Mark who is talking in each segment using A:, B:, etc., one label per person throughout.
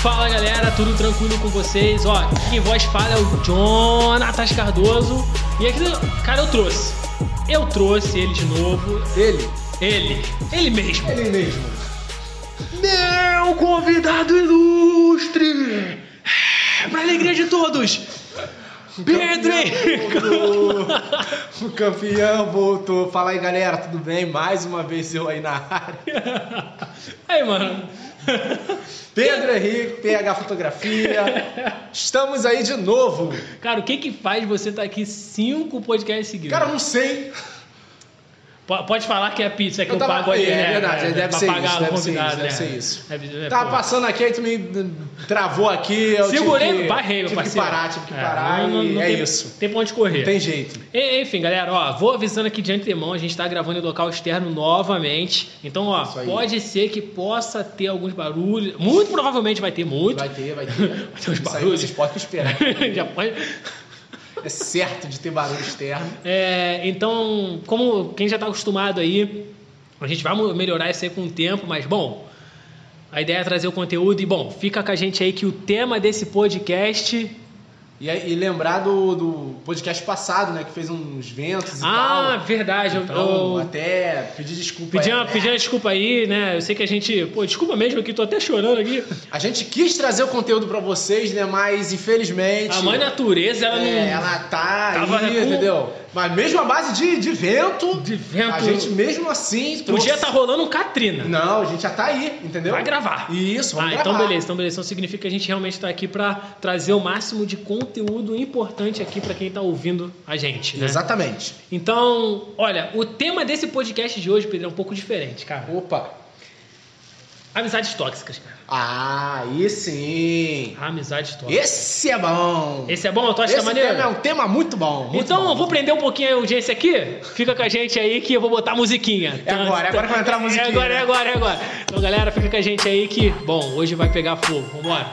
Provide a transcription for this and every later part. A: Fala galera, tudo tranquilo com vocês? Ó, aqui quem voz fala é o Jonatas Cardoso. E aqui, cara, eu trouxe. Eu trouxe ele de novo.
B: Ele,
A: Ele, ele mesmo.
B: ele mesmo.
A: Meu convidado ilustre! Pra alegria de todos! Pedro Henrique!
B: O campeão voltou. Fala aí, galera, tudo bem? Mais uma vez eu aí na área.
A: Aí, mano.
B: Pedro Henrique, PH Fotografia. Estamos aí de novo.
A: Cara, o que que faz você estar aqui cinco podcasts seguidos?
B: Cara, eu não sei.
A: Po- Pode falar que é a pizza que eu,
B: Eu tava-
A: pago aí,
B: é, é
A: né?
B: verdade,
A: pra-
B: deve
A: pra
B: ser
A: pagar
B: isso,
A: o
B: deve ser
A: convidado,
B: isso,
A: né?
B: deve ser isso.
A: É, é,
B: Tava
A: pô.
B: passando aqui, aí tu me travou aqui. Eu
A: Segurei
B: Então, tive
A: no
B: que-
A: barreiro,
B: Tive que
A: parceiro.
B: parar, tive que
A: É,
B: parar
A: não- não-
B: e
A: não
B: é
A: tem-
B: isso.
A: Tem pra onde correr.
B: Não tem jeito.
A: E- Enfim, galera, ó, vou avisando aqui de antemão, a gente tá gravando em local externo novamente. Então, ó,
B: Isso aí.
A: pode ser que possa ter alguns barulhos. Muito provavelmente vai ter muito.
B: Vai ter, vai ter.
A: Vai ter uns
B: Isso aí
A: barulhos.
B: Vocês podem esperar.
A: Já pode.
B: É certo de ter barulho externo.
A: É, então, como quem já tá acostumado aí, a gente vai mu- melhorar isso aí com o tempo, mas bom, a ideia é trazer o conteúdo e bom, fica com a gente aí que o tema desse podcast
B: E, aí- e lembrar do, do podcast passado, né? Que fez uns ventos e tal.
A: Ah, verdade. eu-
B: Então,
A: eu
B: até pedir desculpa.
A: pedi,
B: aí,
A: uma,
B: né?
A: pedi uma desculpa aí, né? Eu sei que a gente. Pô, desculpa mesmo aqui, tô até chorando aqui.
B: A gente quis trazer o conteúdo pra vocês, né? Mas infelizmente.
A: A mãe natureza, ela
B: é,
A: não.
B: ela tá
A: Tava
B: aí,
A: com-
B: entendeu? Mas mesmo a base de, de vento.
A: De vento.
B: A gente mesmo assim.
A: Podia
B: trouxe-
A: estar rolando um Katrina.
B: Não, a gente já tá aí, entendeu?
A: Vai gravar.
B: Isso,
A: ah,
B: vamos
A: então
B: gravar.
A: beleza, então beleza. Então significa que a gente realmente tá aqui pra trazer o máximo de conteúdo importante aqui pra quem tá ouvindo a gente, né?
B: Exatamente.
A: Então, olha, o tema desse podcast de hoje, Pedro, é um pouco diferente, cara.
B: Opa.
A: Amizades tóxicas, cara.
B: Ah, aí sim.
A: Amizades tóxicas.
B: Esse é bom.
A: Esse é bom? Tu acha que é
B: Esse
A: maneiro?
B: tema é um tema muito bom. muito
A: Então,
B: bom.
A: eu vou prender um pouquinho a audiência aqui. Fica com a gente aí que eu vou botar a musiquinha.
B: É agora, é agora que vai entrar a musiquinha.
A: É agora, é agora, é agora. Então, galera, fica com a gente aí que, bom, hoje vai pegar fogo. Vambora.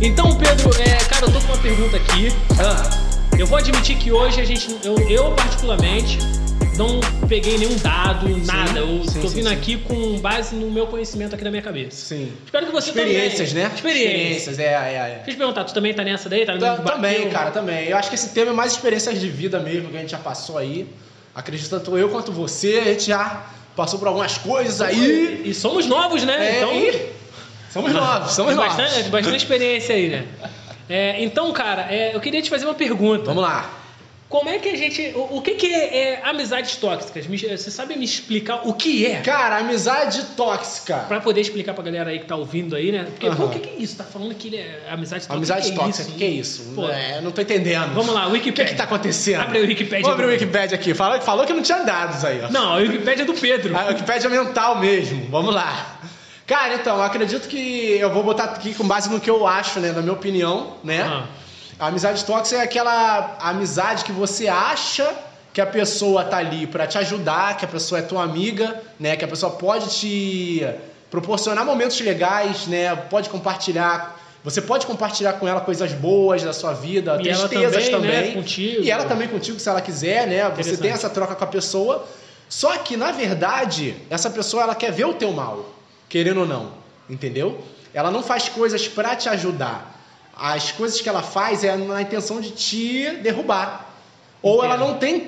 A: Então, Pedro, é, cara, eu tô com uma pergunta aqui.
B: Ah,
A: Eu vou admitir que hoje a gente, eu, eu particularmente, não peguei nenhum dado, nada. Eu
B: sim,
A: tô
B: sim,
A: vindo
B: sim.
A: aqui com base no meu conhecimento aqui da minha cabeça.
B: sim.
A: Espero que você
B: Experiências,
A: também.
B: né?
A: Experiências.
B: Experiências, é, é, é.
A: Deixa eu te perguntar, tu também tá nessa daí? Tá no
B: Ta-
A: mesmo barco?
B: Também, cara, também. Eu acho que esse tema é mais experiências de vida mesmo que a gente já passou aí. Acredito tanto eu quanto você, a gente já passou por algumas coisas aí.
A: E somos novos, né?
B: É,
A: então,
B: e- Somos novos, somos
A: tem
B: novos.
A: bastante, bastante experiência aí, né? É, então, cara, é, eu queria te fazer uma pergunta.
B: Vamos lá.
A: Como é que a gente. O, o que, que é, é amizades tóxicas? Me- Você sabe me explicar o que é?
B: Cara, amizade tóxica.
A: Pra poder explicar pra galera aí que tá ouvindo aí, né? Porque, pô,
B: Aham.
A: o que, que é isso? Tá falando que ele é amizade tóxica. que
B: Amizade
A: é
B: tóxica, o
A: isso?
B: que, que é isso?
A: Pô.
B: É, não tô entendendo.
A: Vamos lá,
B: O que,
A: Wikipedia.
B: que tá acontecendo?
A: Abre o Wikipedia.
B: Vamos abrir o Wikipedia aqui. Falou, falou que não tinha dados aí, ó.
A: Não, a Wikipedia é do Pedro.
B: A Wikipédia mental mesmo, vamos lá. Cara, então, eu acredito que eu vou botar aqui com base no que eu acho, né? Na minha opinião, né?
A: Ah.
B: A amizade tóxica é aquela amizade que você acha que a pessoa tá ali pra te ajudar, que a pessoa é tua amiga, né? Que a pessoa pode te proporcionar momentos legais, né? Pode compartilhar. Você pode compartilhar com ela coisas boas da sua vida,
A: E ela
B: tristezas
A: também, né,
B: também.
A: contigo.
B: E ela também contigo, se ela quiser, né? Você
A: Interessante.
B: tem essa troca com a pessoa. Só que, na verdade, essa pessoa ela quer ver o teu mal, querendo ou não. Entendeu? Ela não faz coisas pra te ajudar. As coisas que ela faz é na intenção de te derrubar. Ou
A: Entendo.
B: ela não tem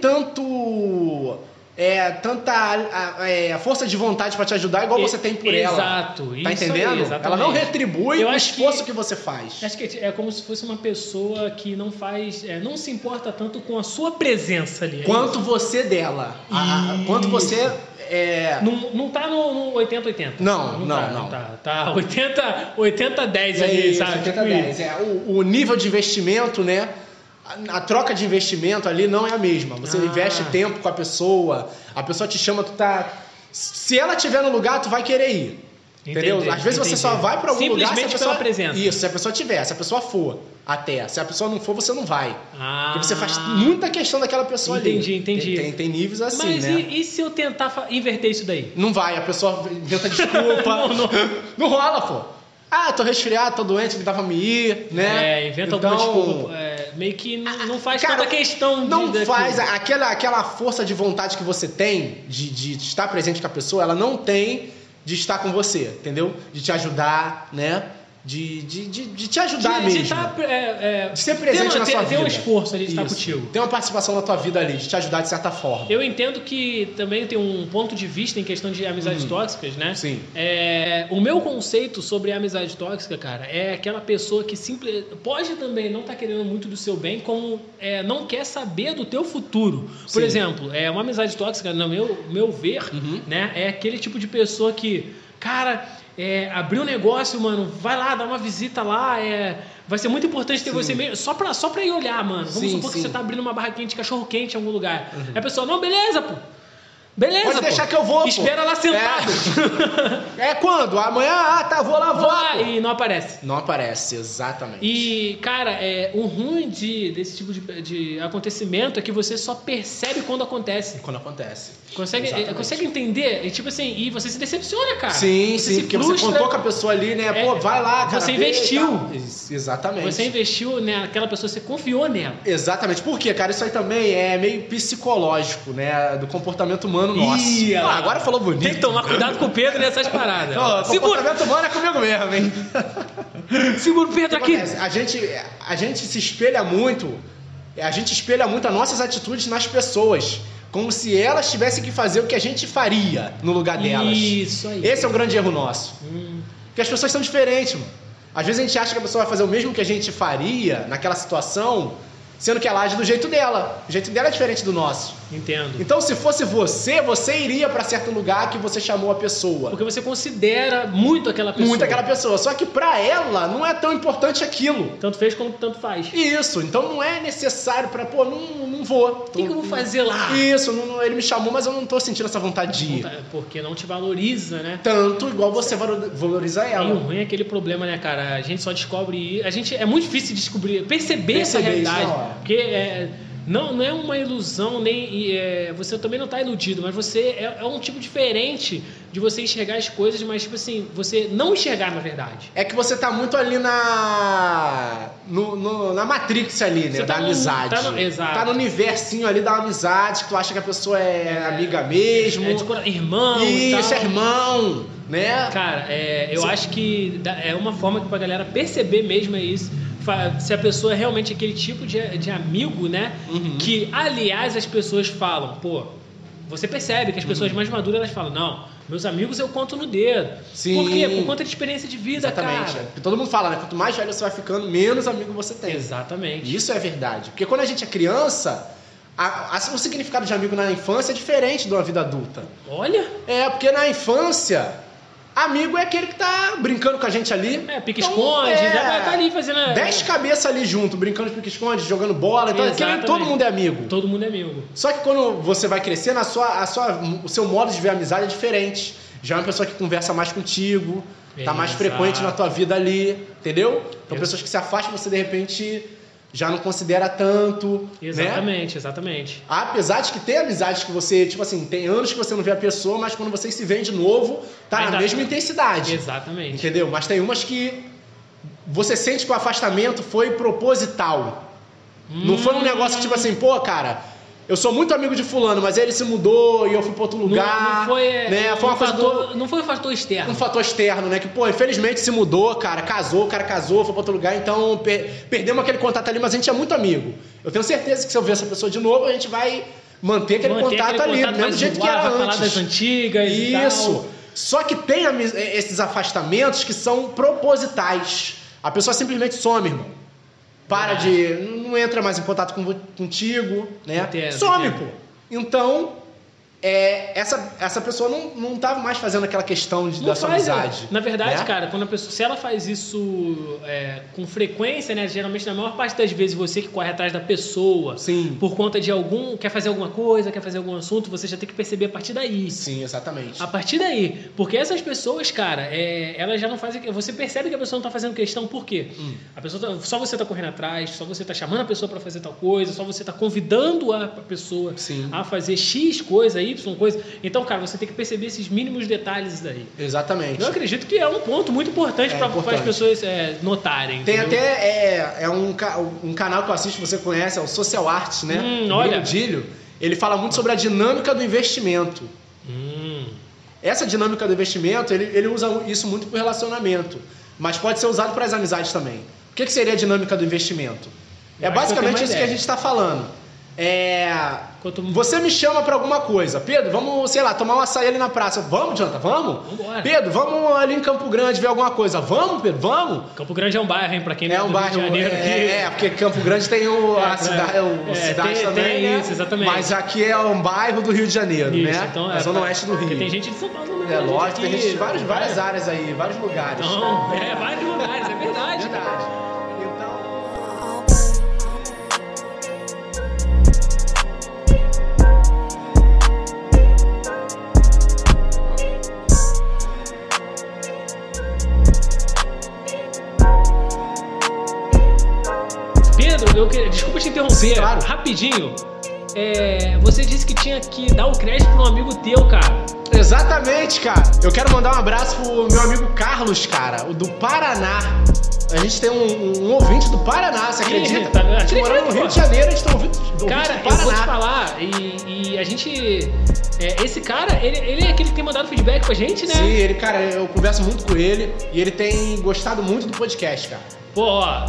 B: tanto. É, tanta a- a- é, força de vontade pra te ajudar igual você tem por ela.
A: Exato.
B: Tá
A: isso
B: entendendo?
A: Aí,
B: ela
A: exatamente.
B: não retribui
A: Eu
B: o
A: acho que-
B: esforço que, você faz.
A: Acho que é como se fosse uma pessoa que não faz. é, não se importa tanto com a sua presença ali. É
B: Quanto você dela. A- a- quanto você. É,
A: isso. Não, não tá no, no 80-80.
B: Não, não,
A: tá,
B: não.
A: Tá, tá 80, 80-10
B: É
A: ali,
B: isso,
A: sabe?
B: 80,
A: Tipo
B: 10, é. O, o nível de investimento, né? A, a troca de investimento ali não é a mesma. Você
A: Ah.
B: investe tempo com a pessoa, a pessoa te chama, tu tá. Se ela tiver no lugar, tu vai querer ir. Entendeu?
A: Entendi,
B: Às vezes você
A: entendi.
B: só vai pra algum lugar se a
A: Simplesmente
B: pessoa
A: pela presença.
B: Isso, se a pessoa tiver, se a pessoa for até. Se a pessoa não for, você não vai.
A: Ah.
B: Porque você faz muita questão daquela pessoa
A: Entendi,
B: ali.
A: entendi.
B: Tem, tem, tem níveis assim,
A: Mas
B: né?
A: e, e se eu tentar fa- inverter isso daí?
B: Não vai, a pessoa inventa desculpa.
A: Não, não.
B: Não rola, pô. Ah, tô resfriado, tô doente, não dá pra me ir, né?
A: É, inventa alguma desculpa. é, meio que não, não faz
B: ah, Cara,
A: tanta questão de-
B: Não
A: daquilo.
B: faz aquela, aquela força de vontade que você tem de, de estar presente com a pessoa, ela não tem de estar com você, entendeu? De te ajudar, né? De, de, de, de te ajudar
A: de,
B: mesmo.
A: de tá, é, é,
B: De ser presente
A: tem, uma-
B: na
A: tem-
B: sua
A: tem
B: vida.
A: um esforço ali de estar
B: Isso.
A: contigo.
B: Tem uma participação na tua vida ali, de te ajudar de certa forma.
A: Eu entendo que também tem um ponto de vista em questão de amizades
B: Uhum.
A: tóxicas, né?
B: Sim.
A: É, o meu conceito sobre a amizade tóxica, cara, é aquela pessoa que simple, pode também não estar querendo muito do seu bem, como é, não quer saber do teu futuro. Por
B: Sim.
A: exemplo, é, uma amizade tóxica, no meu, meu ver,
B: Uhum.
A: né, é aquele tipo de pessoa que, cara, é, abriu um negócio, mano, vai lá, dá uma visita lá, é, vai ser muito importante ter
B: Sim.
A: você mesmo, só pra, só pra ir olhar, mano. Vamos
B: Sim,
A: supor que
B: sim. Uhum.
A: você tá abrindo uma barraquinha de cachorro-quente em algum lugar. Aí a pessoa, não, beleza, pô. Beleza,
B: Pode
A: pô.
B: deixar que eu vou, pô.
A: Espera lá sentado.
B: É quando? Amanhã? Ah, tá, vou lá, vou. lá,
A: Vai,
B: pô.
A: e não aparece.
B: Não aparece, exatamente.
A: E, cara, é, o ruim de, desse tipo de, de acontecimento é que você só percebe quando acontece.
B: Quando acontece.
A: Consegue,
B: Exatamente.
A: é, consegue entender? E, tipo assim, e você se decepciona, cara.
B: Sim,
A: você
B: sim,
A: se
B: porque você
A: frustra,
B: contou com a pessoa ali, né?
A: É,
B: Pô, vai lá, cara.
A: você
B: vê e
A: investiu.
B: tal. Ex- Exatamente.
A: Você investiu naquela pessoa, você confiou nela.
B: Exatamente. Por quê, cara? Isso aí também é meio psicológico, né? Do comportamento humano nosso.
A: Ih,
B: Ah,
A: olha lá.
B: agora falou bonito.
A: Tem que tomar cuidado com o Pedro nessas paradas.
B: Ó,
A: segura,
B: comportamento humano é comigo mesmo, hein?
A: segura o Pedro aqui.
B: Acontece, A gente, a gente se espelha muito, a gente espelha muito as nossas atitudes nas pessoas. Como se elas tivessem que fazer o que a gente faria no lugar delas.
A: Isso aí.
B: Esse é um grande erro nosso.
A: Hum,
B: Porque as pessoas são diferentes, mano. Às vezes a gente acha que a pessoa vai fazer o mesmo que a gente faria naquela situação, sendo que ela age do jeito dela. O jeito dela é diferente do nosso.
A: entendo.
B: Então, se fosse você, você iria pra certo lugar que você chamou a pessoa.
A: Porque você considera muito aquela pessoa.
B: Muito aquela pessoa. Só que pra ela não é tão importante aquilo.
A: Tanto fez quanto tanto faz.
B: Isso, então não é necessário pra, pô, não, não vou. Ah,
A: O que, que eu vou fazer lá?
B: Isso, não- não- ele me chamou, mas eu não tô sentindo essa vontade de ir.
A: Porque não te valoriza, né?
B: Tanto igual você valo- valoriza
A: E o
B: ela.
A: ruim é aquele problema, né, cara? A gente só descobre. A gente é muito difícil descobrir, perceber, essa
B: Perceber isso
A: realidade.
B: na hora.
A: Porque é, não, não é uma ilusão, nem. e, é, você também não tá iludido, mas você é, é um tipo diferente de você enxergar as coisas, mas, tipo assim, você não enxergar na verdade.
B: É que você tá muito ali na. no- no- na Matrix ali, né?
A: Você
B: da
A: tá no-
B: amizade.
A: tá no- exato.
B: Tá no universinho ali da amizade, que tu acha que a pessoa é, amiga mesmo.
A: É de cora- irmão. e
B: Isso,
A: tal.
B: é irmão, né?
A: Cara, é, eu
B: Sim.
A: acho que dá- é uma forma que pra galera perceber mesmo é isso. Fa- Se a pessoa é realmente aquele tipo de, de amigo, né?
B: Uhum.
A: Que, aliás, as pessoas falam, pô, você percebe que as pessoas
B: Uhum.
A: mais maduras elas falam, não, meus amigos eu conto no dedo.
B: Sim.
A: Por quê? Por conta de experiência de vida,
B: Exatamente.
A: cara.
B: Porque Todo mundo fala, né? Quanto mais velho você vai ficando, menos amigo você tem.
A: Exatamente.
B: Isso é verdade. Porque quando a gente é criança, a- a- o significado de amigo na infância é diferente de uma vida adulta.
A: Olha,
B: É, porque na infância, amigo é aquele que tá brincando com a gente ali.
A: é,
B: Então,
A: pique-esconde,
B: é,
A: já vai tá ali fazendo. a-
B: Dez cabeças ali junto, brincando de pique-esconde, jogando bola. Então, aquele-
A: Exatamente.
B: todo mundo é amigo.
A: Todo mundo é amigo.
B: Só que quando você vai crescendo, a sua, a sua, o seu modo de ver a amizade é diferente. Já é uma pessoa que conversa mais contigo, tá mais
A: Exato.
B: frequente na tua vida ali, entendeu? Então
A: Eu-
B: pessoas que se afastam, você de repente já não considera tanto, né?
A: Exatamente, exatamente.
B: Apesar de que tem amizades que você, tipo assim, tem anos que você não vê a pessoa, mas quando vocês se vê de novo, tá
A: Ainda-
B: na mesma intensidade,
A: Exatamente.
B: entendeu? Mas tem umas que você sente que o afastamento foi proposital. Não foi um negócio que, tipo assim, pô, cara, eu sou muito amigo de fulano, mas ele se mudou e eu fui pra outro
A: Não,
B: lugar.
A: não foi, é,
B: né? Foi uma
A: um
B: coisa
A: fator,
B: do-
A: não foi um fator externo.
B: um fator externo, né? Que, pô, infelizmente se mudou, cara, casou, o cara casou, foi pra outro lugar, então per- perdemos aquele contato ali, mas a gente é muito amigo. Eu tenho certeza que se eu ver essa pessoa de novo, a gente vai manter aquele
A: Manter
B: um contato ali, do
A: vai
B: mesmo jeito que
A: zoar,
B: era
A: vai falar das
B: antes.
A: antigas e tal.
B: Isso. Só que tem ami- esses afastamentos que são propositais. A pessoa simplesmente some, irmão. Para
A: É.
B: de. Não entra mais em contato com, vo- contigo, né?
A: Entendo,
B: some,
A: entendo.
B: pô. Então, é, essa, essa pessoa não, não tava mais fazendo aquela questão de,
A: Não
B: da sua
A: faz,
B: amizade.
A: é. Na verdade,
B: né?
A: cara, quando a pessoa, se ela faz isso é, com frequência, né? Geralmente, na maior parte das vezes, você que corre atrás da pessoa
B: Sim.
A: por conta de algum. quer fazer alguma coisa, quer fazer algum assunto, você já tem que perceber a partir daí.
B: Sim, exatamente.
A: A partir daí. Porque essas pessoas, cara, é, elas já não fazem. Você percebe que a pessoa não tá fazendo questão, por quê?
B: Hum.
A: A pessoa tá- só você tá correndo atrás, só você tá chamando a pessoa para fazer tal coisa, só você tá convidando a pessoa
B: Sim.
A: a fazer X coisa aí, Y, coisa. Então, cara, você tem que perceber esses mínimos detalhes aí.
B: Exatamente.
A: Eu acredito que é um ponto muito importante
B: É
A: para
B: importante.
A: as pessoas é, notarem.
B: Tem
A: entendeu?
B: até é, é um, ca- um canal que eu assisto, você conhece, é o Social Arts, né?
A: Hum,
B: Bruno
A: olha.
B: Dílio. Ele fala muito sobre a dinâmica do investimento.
A: Hum,
B: Essa dinâmica do investimento, ele, ele usa isso muito para relacionamento, mas pode ser usado para as amizades também. O que, que seria a dinâmica do investimento? É
A: Eu acho que eu tenho
B: basicamente
A: uma
B: isso que a
A: ideia.
B: gente está falando. É,
A: Quanto-
B: Você me chama para alguma coisa. Pedro, vamos, sei lá, tomar um açaí ali na praça. Vamos, Janta, vamos?
A: Vambora.
B: Pedro, vamos ali em Campo Grande ver alguma coisa. Vamos, Pedro, vamos?
A: Campo Grande é um bairro, hein? Pra quem
B: É
A: não
B: um
A: do
B: bairro.
A: Rio de Janeiro.
B: é,
A: que-
B: é, porque Campo Grande tem o, a
A: É,
B: cidade, o
A: é,
B: cidade
A: tem-
B: também.
A: tem
B: né?
A: isso, exatamente.
B: Mas aqui é um bairro do Rio de Janeiro,
A: Isso,
B: né?
A: então,
B: a
A: é,
B: zona
A: pra-
B: oeste do
A: porque
B: Rio.
A: Tem gente de São Paulo né?
B: É lógico, tem
A: aqui, né?
B: gente de vários, várias áreas aí, vários lugares.
A: Então, é, vários lugares, é verdade.
B: Verdade. Então.
A: Pedro, eu queria, desculpa te interromper,
B: Claro.
A: rapidinho. É, você disse que tinha que dar o crédito pra um amigo teu, cara.
B: Exatamente, cara. Eu quero mandar um abraço pro meu amigo Carlos, cara, o do Paraná. A gente tem um, um ouvinte do Paraná, você
A: Ih,
B: acredita?
A: tá-
B: a gente morando
A: acredito,
B: no Rio de
A: pô.
B: Janeiro, a gente tem um ouvinte, ouvinte
A: Cara,
B: do
A: eu
B: Paraná.
A: vou te falar, e, e a gente. é, esse cara, ele, ele é aquele que tem mandado feedback pra gente, né?
B: Sim, ele, cara, eu converso muito com ele e ele tem gostado muito do podcast, cara.
A: Pô, ó,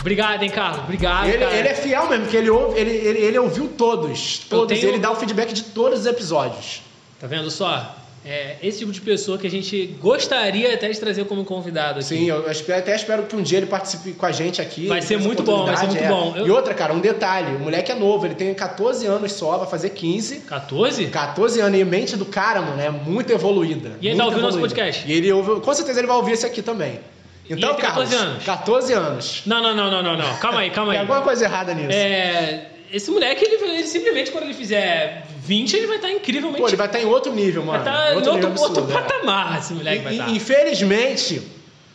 A: obrigado, hein, Carlos. Obrigado.
B: ele,
A: Ah, cara.
B: ele é fiel mesmo, porque ele, ouve, ele, ele, ele ouviu todos.
A: Eu
B: Todos.
A: tenho-
B: Ele dá o feedback de todos os episódios.
A: Tá vendo só? É esse tipo de pessoa que a gente gostaria até de trazer como convidado aqui.
B: Sim, eu espero- até espero que um dia ele participe com a gente aqui.
A: Vai ser
B: Essa
A: muito bom, vai ser muito
B: oportunidade,
A: bom.
B: é.
A: Eu-
B: E outra, cara, um detalhe: o moleque é novo, ele tem 14 anos só, vai fazer 15.
A: 14?
B: 14 anos, e a mente do cara, mano, é muito evoluída.
A: E ele
B: muito
A: tá ouvindo nosso
B: evoluída.
A: podcast?
B: E ele ouve, com certeza ele vai ouvir esse aqui também.
A: E
B: Então,
A: ele tem
B: Carlos,
A: 14 anos?
B: 14 anos.
A: Não, não, não, não, não, não. Calma aí, calma
B: Tem
A: aí.
B: alguma coisa errada nisso.
A: É, esse moleque, ele, ele simplesmente quando ele fizer 20, ele vai estar incrivelmente.
B: Pô, ele vai estar em outro nível,
A: vai
B: mano.
A: estar Tá em
B: outro,
A: outro,
B: nível absurdo,
A: outro
B: é.
A: patamar, esse moleque vai tá.
B: E-
A: estar.
B: e- Infelizmente,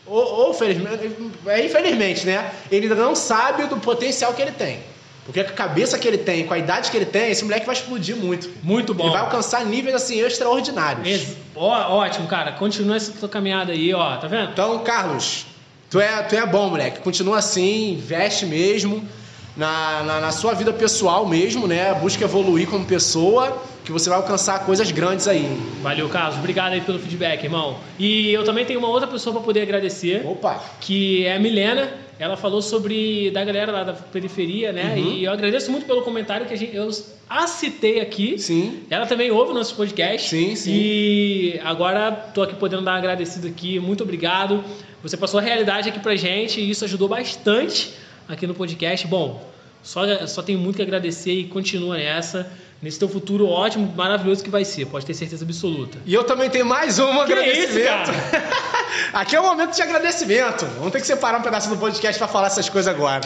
B: ou, ou felizmente, é infelizmente, né? Ele ainda não sabe do potencial que ele tem. Porque com a cabeça que ele tem, com a idade que ele tem, esse moleque vai explodir muito.
A: Muito bom.
B: Ele vai alcançar níveis assim extraordinários.
A: Ex- Ó, ótimo, cara. Continua essa tua caminhada aí, ó. Tá vendo?
B: Então, Carlos, tu é, tu é bom, moleque. Continua assim, investe mesmo na, na, na sua vida pessoal mesmo, né? Busca evoluir como pessoa, que você vai alcançar coisas grandes aí.
A: Valeu, Carlos. Obrigado aí pelo feedback, irmão. E eu também tenho uma outra pessoa pra poder agradecer.
B: Opa!
A: que é a Milena. Ela falou sobre da galera lá da periferia, né?
B: Uhum.
A: E eu agradeço muito pelo comentário que a gente, eu a citei aqui.
B: Sim.
A: Ela também ouve o nosso podcast.
B: Sim, sim.
A: E agora tô aqui podendo dar um agradecido aqui. Muito obrigado. Você passou a realidade aqui pra gente e isso ajudou bastante aqui no podcast. Bom, só, só tenho muito que agradecer e continua nessa. Nesse teu futuro ótimo, maravilhoso que vai ser. Pode ter certeza absoluta.
B: E eu também tenho mais um
A: Que isso,
B: agradecimento.
A: cara?
B: Aqui é o momento de agradecimento. Vamos ter que separar um pedaço do podcast pra falar essas coisas agora.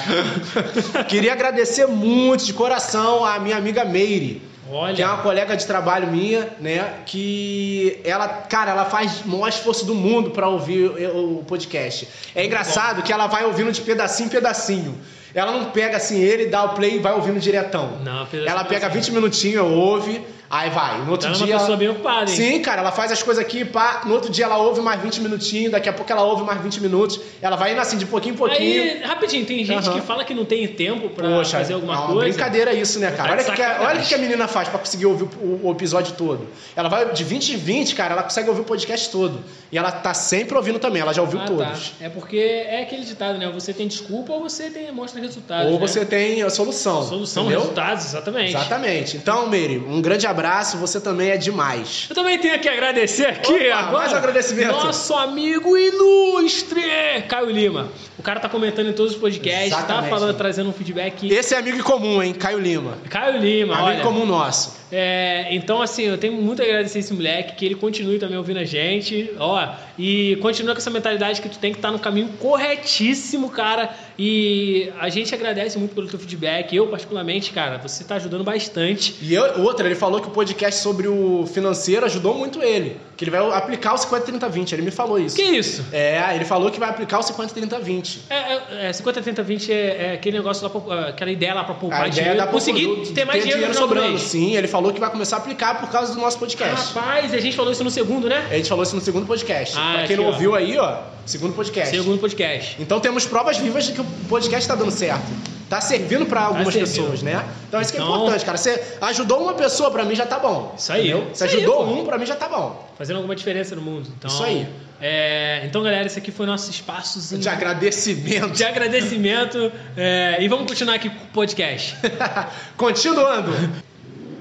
B: Queria agradecer muito de coração a minha amiga Meire, que é
A: Olha,
B: uma colega de trabalho minha, né? Que ela, cara, ela faz o maior esforço do mundo pra ouvir o o podcast. É engraçado que ela vai ouvindo de pedacinho em pedacinho. Ela não pega assim ele, dá o play e vai ouvindo diretão.
A: Não, pedacinho
B: ela
A: em
B: pega
A: pedacinho.
B: 20 minutinhos, ouve, aí vai. No outro
A: ela é uma
B: dia
A: pessoa bem ocupada, hein?
B: Sim, cara, ela faz as coisas aqui, pá, no outro dia ela ouve mais 20 minutinhos, daqui a pouco ela ouve mais 20 minutos, ela vai indo assim de pouquinho em pouquinho.
A: Aí, rapidinho, tem gente
B: Aham.
A: que fala que não tem tempo pra fazer alguma
B: é uma
A: coisa.
B: brincadeira isso, né, cara?
A: Tá de
B: Olha o que, que a-
A: sacanagem.
B: olha o que a menina faz pra conseguir ouvir o, o episódio todo. Ela vai de 20 em 20, cara, ela consegue ouvir o podcast todo. E ela tá sempre ouvindo também, ela já ouviu
A: Ah,
B: todos.
A: tá. É porque é aquele ditado, né? Você tem desculpa ou você tem, mostra resultados.
B: Ou
A: né?
B: você tem a solução.
A: Solução,
B: entendeu?
A: resultados, exatamente.
B: Exatamente. Então, Meire, um grande abraço, você também é demais.
A: Eu também tenho que agradecer aqui
B: Opa,
A: agora.
B: mais um agradecimento.
A: Nosso amigo ilustre, Caio Lima. O cara tá comentando em todos os podcasts,
B: Exatamente.
A: tá falando, trazendo um feedback.
B: Esse é amigo em comum, hein? Caio Lima.
A: Caio Lima,
B: amigo
A: olha.
B: comum nosso.
A: É, então, assim, eu tenho muito a agradecer esse moleque, que ele continue também ouvindo a gente, ó, e continua com essa mentalidade que tu tem que estar no caminho corretíssimo, cara, e a gente agradece muito pelo teu feedback, eu particularmente, cara, você tá ajudando bastante.
B: E eu- outra, ele falou que o podcast sobre o financeiro ajudou muito ele. Que ele vai aplicar o 50, 30, 20. Ele me falou isso.
A: Que isso?
B: É, ele falou que vai aplicar o 50, 30, 20.
A: É, é, é, 50, 30, 20 é, é aquele negócio lá, pra- aquela ideia lá pra poupar
B: A ideia é
A: dinheiro.
B: da
A: conseguir
B: população-
A: ter mais dinheiro, no final do
B: sobrando.
A: mês.
B: Sim, ele falou que vai começar a aplicar por causa do nosso podcast.
A: Rapaz, a gente falou isso no segundo, né?
B: A gente falou isso no segundo podcast.
A: Ah,
B: pra quem não
A: aqui, ó.
B: ouviu aí, ó, segundo podcast.
A: Segundo podcast.
B: Então temos provas vivas de que o podcast tá dando certo. Tá servindo pra algumas
A: servindo.
B: pessoas, né? Então isso que é
A: Então-
B: importante, cara. Você ajudou uma pessoa, pra mim já tá bom.
A: Isso aí.
B: Entendeu? Você
A: Isso aí,
B: ajudou
A: pô.
B: um, pra mim já tá bom.
A: Fazendo alguma diferença no mundo. Então,
B: Isso aí.
A: é, então, galera, esse aqui foi nosso espaçozinho
B: De agradecimento.
A: de agradecimento. é, e vamos continuar aqui com o podcast.
B: Continuando.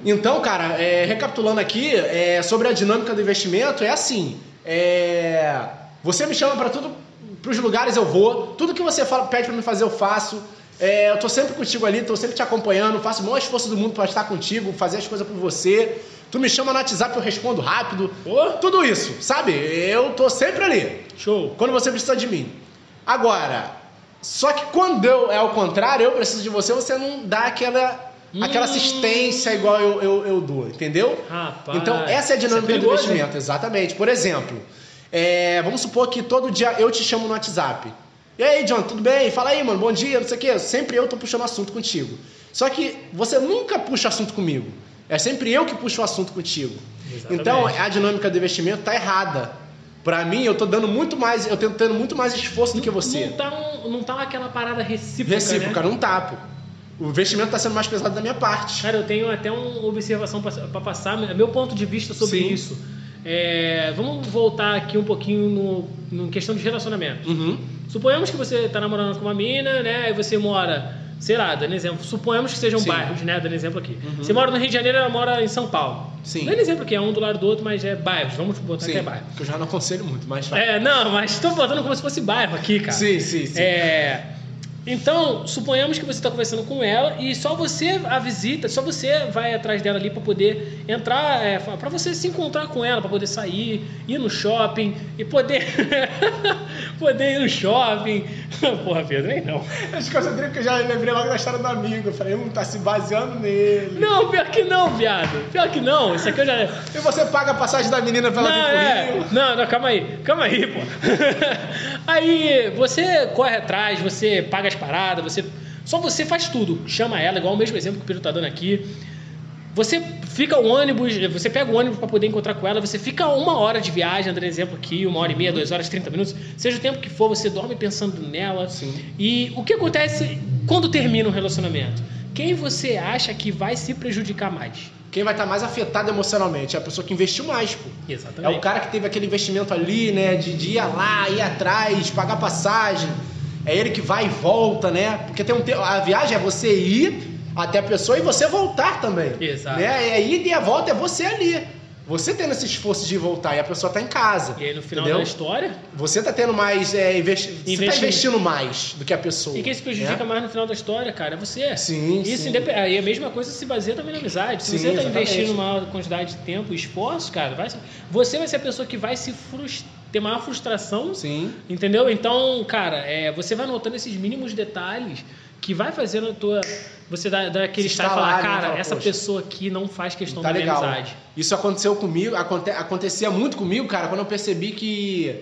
B: Então, cara, é, recapitulando aqui, é, sobre a dinâmica do investimento, é assim. é, você me chama pra tudo, pros lugares eu vou. Tudo que você fala- pede pra me fazer, eu faço. É, eu tô sempre contigo ali, tô sempre te acompanhando, faço o maior esforço do mundo pra estar contigo, fazer as coisas por você. Tu me chama no WhatsApp, eu respondo rápido. Tudo isso, sabe? Eu tô sempre ali
A: Show.
B: quando você precisa de mim. Agora, só que quando eu é ao contrário, eu preciso de você, você não dá aquela, aquela
A: Hum.
B: assistência igual eu, eu, eu dou, entendeu?
A: Rapaz. né?
B: então, essa é a
A: isso
B: dinâmica do
A: perigoso, hein?
B: investimento, exatamente. Por exemplo, é, vamos supor que todo dia eu te chamo no WhatsApp. E aí, John, tudo bem? Fala aí, mano, bom dia, não sei o quê. Sempre eu tô puxando assunto contigo. Só que você nunca puxa assunto comigo. É sempre eu que puxo o assunto contigo.
A: Exatamente.
B: Então, a dinâmica do investimento tá errada. Pra mim, eu tô dando muito mais, eu tô tendo muito mais esforço do que você.
A: Não tá, um- não tá aquela parada recíproca. né?
B: Recíproca, não tá, pô. O investimento tá sendo mais pesado da minha parte.
A: Cara, eu tenho até uma observação para passar, meu ponto de vista sobre
B: Sim.
A: isso. É, vamos voltar aqui um pouquinho no, no questão de relacionamento.
B: Uhum.
A: Suponhamos que você tá namorando com uma mina, né? E você mora, sei lá, dando exemplo. Suponhamos que sejam
B: Sim.
A: bairros, né? Dando exemplo aqui.
B: Uhum.
A: Você mora no Rio de Janeiro, ela mora em São Paulo.
B: Sim.
A: Dando exemplo aqui, é um do lado do outro, mas é bairros. Vamos botar
B: Sim,
A: que é bairro.
B: que eu já não aconselho muito, mas vai.
A: É, não, mas tô botando como se fosse bairro aqui, cara.
B: Sim, sim, sim.
A: É, então, suponhamos que você está conversando com ela e só você a visita, só você vai atrás dela ali para poder entrar, é, para você se encontrar com ela, para poder sair, ir no shopping e poder poder ir no shopping. Porra, Pedro, nem não.
B: Acho que eu lembrei porque eu já lembrei logo da história do amigo. Eu falei, hum, tá se baseando nele.
A: Não, pior que não, viado. Pior que não. Isso aqui eu já
B: E você paga a passagem da menina pra ela
A: Não,
B: vir pro
A: é.
B: Rio.
A: não, não, calma aí, calma aí, pô. aí você corre atrás, você paga as paradas, você. Só você faz tudo. Chama ela, igual o mesmo exemplo que o Pedro tá dando aqui. Você fica o ônibus, você pega o ônibus para poder encontrar com ela, você fica uma hora de viagem, dando exemplo aqui, uma hora e meia, duas horas, 30 minutos, seja o tempo que for, você dorme pensando nela.
B: Sim.
A: E o que acontece quando termina um relacionamento? Quem você acha que vai se prejudicar mais?
B: Quem vai estar mais afetado emocionalmente é a pessoa que investiu mais, pô. É
A: Exatamente.
B: o cara que teve aquele investimento ali, né? De, de ir lá, ir atrás, pagar passagem. É ele que vai e volta, né? Porque tem um te- a viagem é você ir até a pessoa e você voltar também.
A: Exato.
B: Né? É a ida e a volta é você ali. Você tendo esse esforço de voltar e a pessoa tá em casa.
A: E aí no final
B: entendeu?
A: da história,
B: Você tá tendo mais. É, investi... Você tá
A: Investimento.
B: investindo mais do que a pessoa.
A: E quem se prejudica
B: né?
A: mais no final da história, cara, é você.
B: Sim,
A: Isso
B: sim.
A: independe- aí a mesma coisa se baseia também na amizade. Se
B: Sim,
A: você tá
B: exatamente.
A: investindo uma quantidade de tempo e esforço, cara, vai, se- você vai ser a pessoa que vai se frus- ter maior frustração,
B: Sim.
A: entendeu? Então, cara, é, você vai notando esses mínimos detalhes que vai fazendo a tua... Você dá, dá aquele
B: Se
A: estalo e falar,
B: estalar, né?
A: cara,
B: Fala,
A: essa
B: "Poxa,
A: pessoa aqui não faz questão
B: tá
A: da minha
B: legal.
A: amizade.
B: Isso aconteceu comigo, aconte- acontecia muito comigo, cara, quando eu percebi que,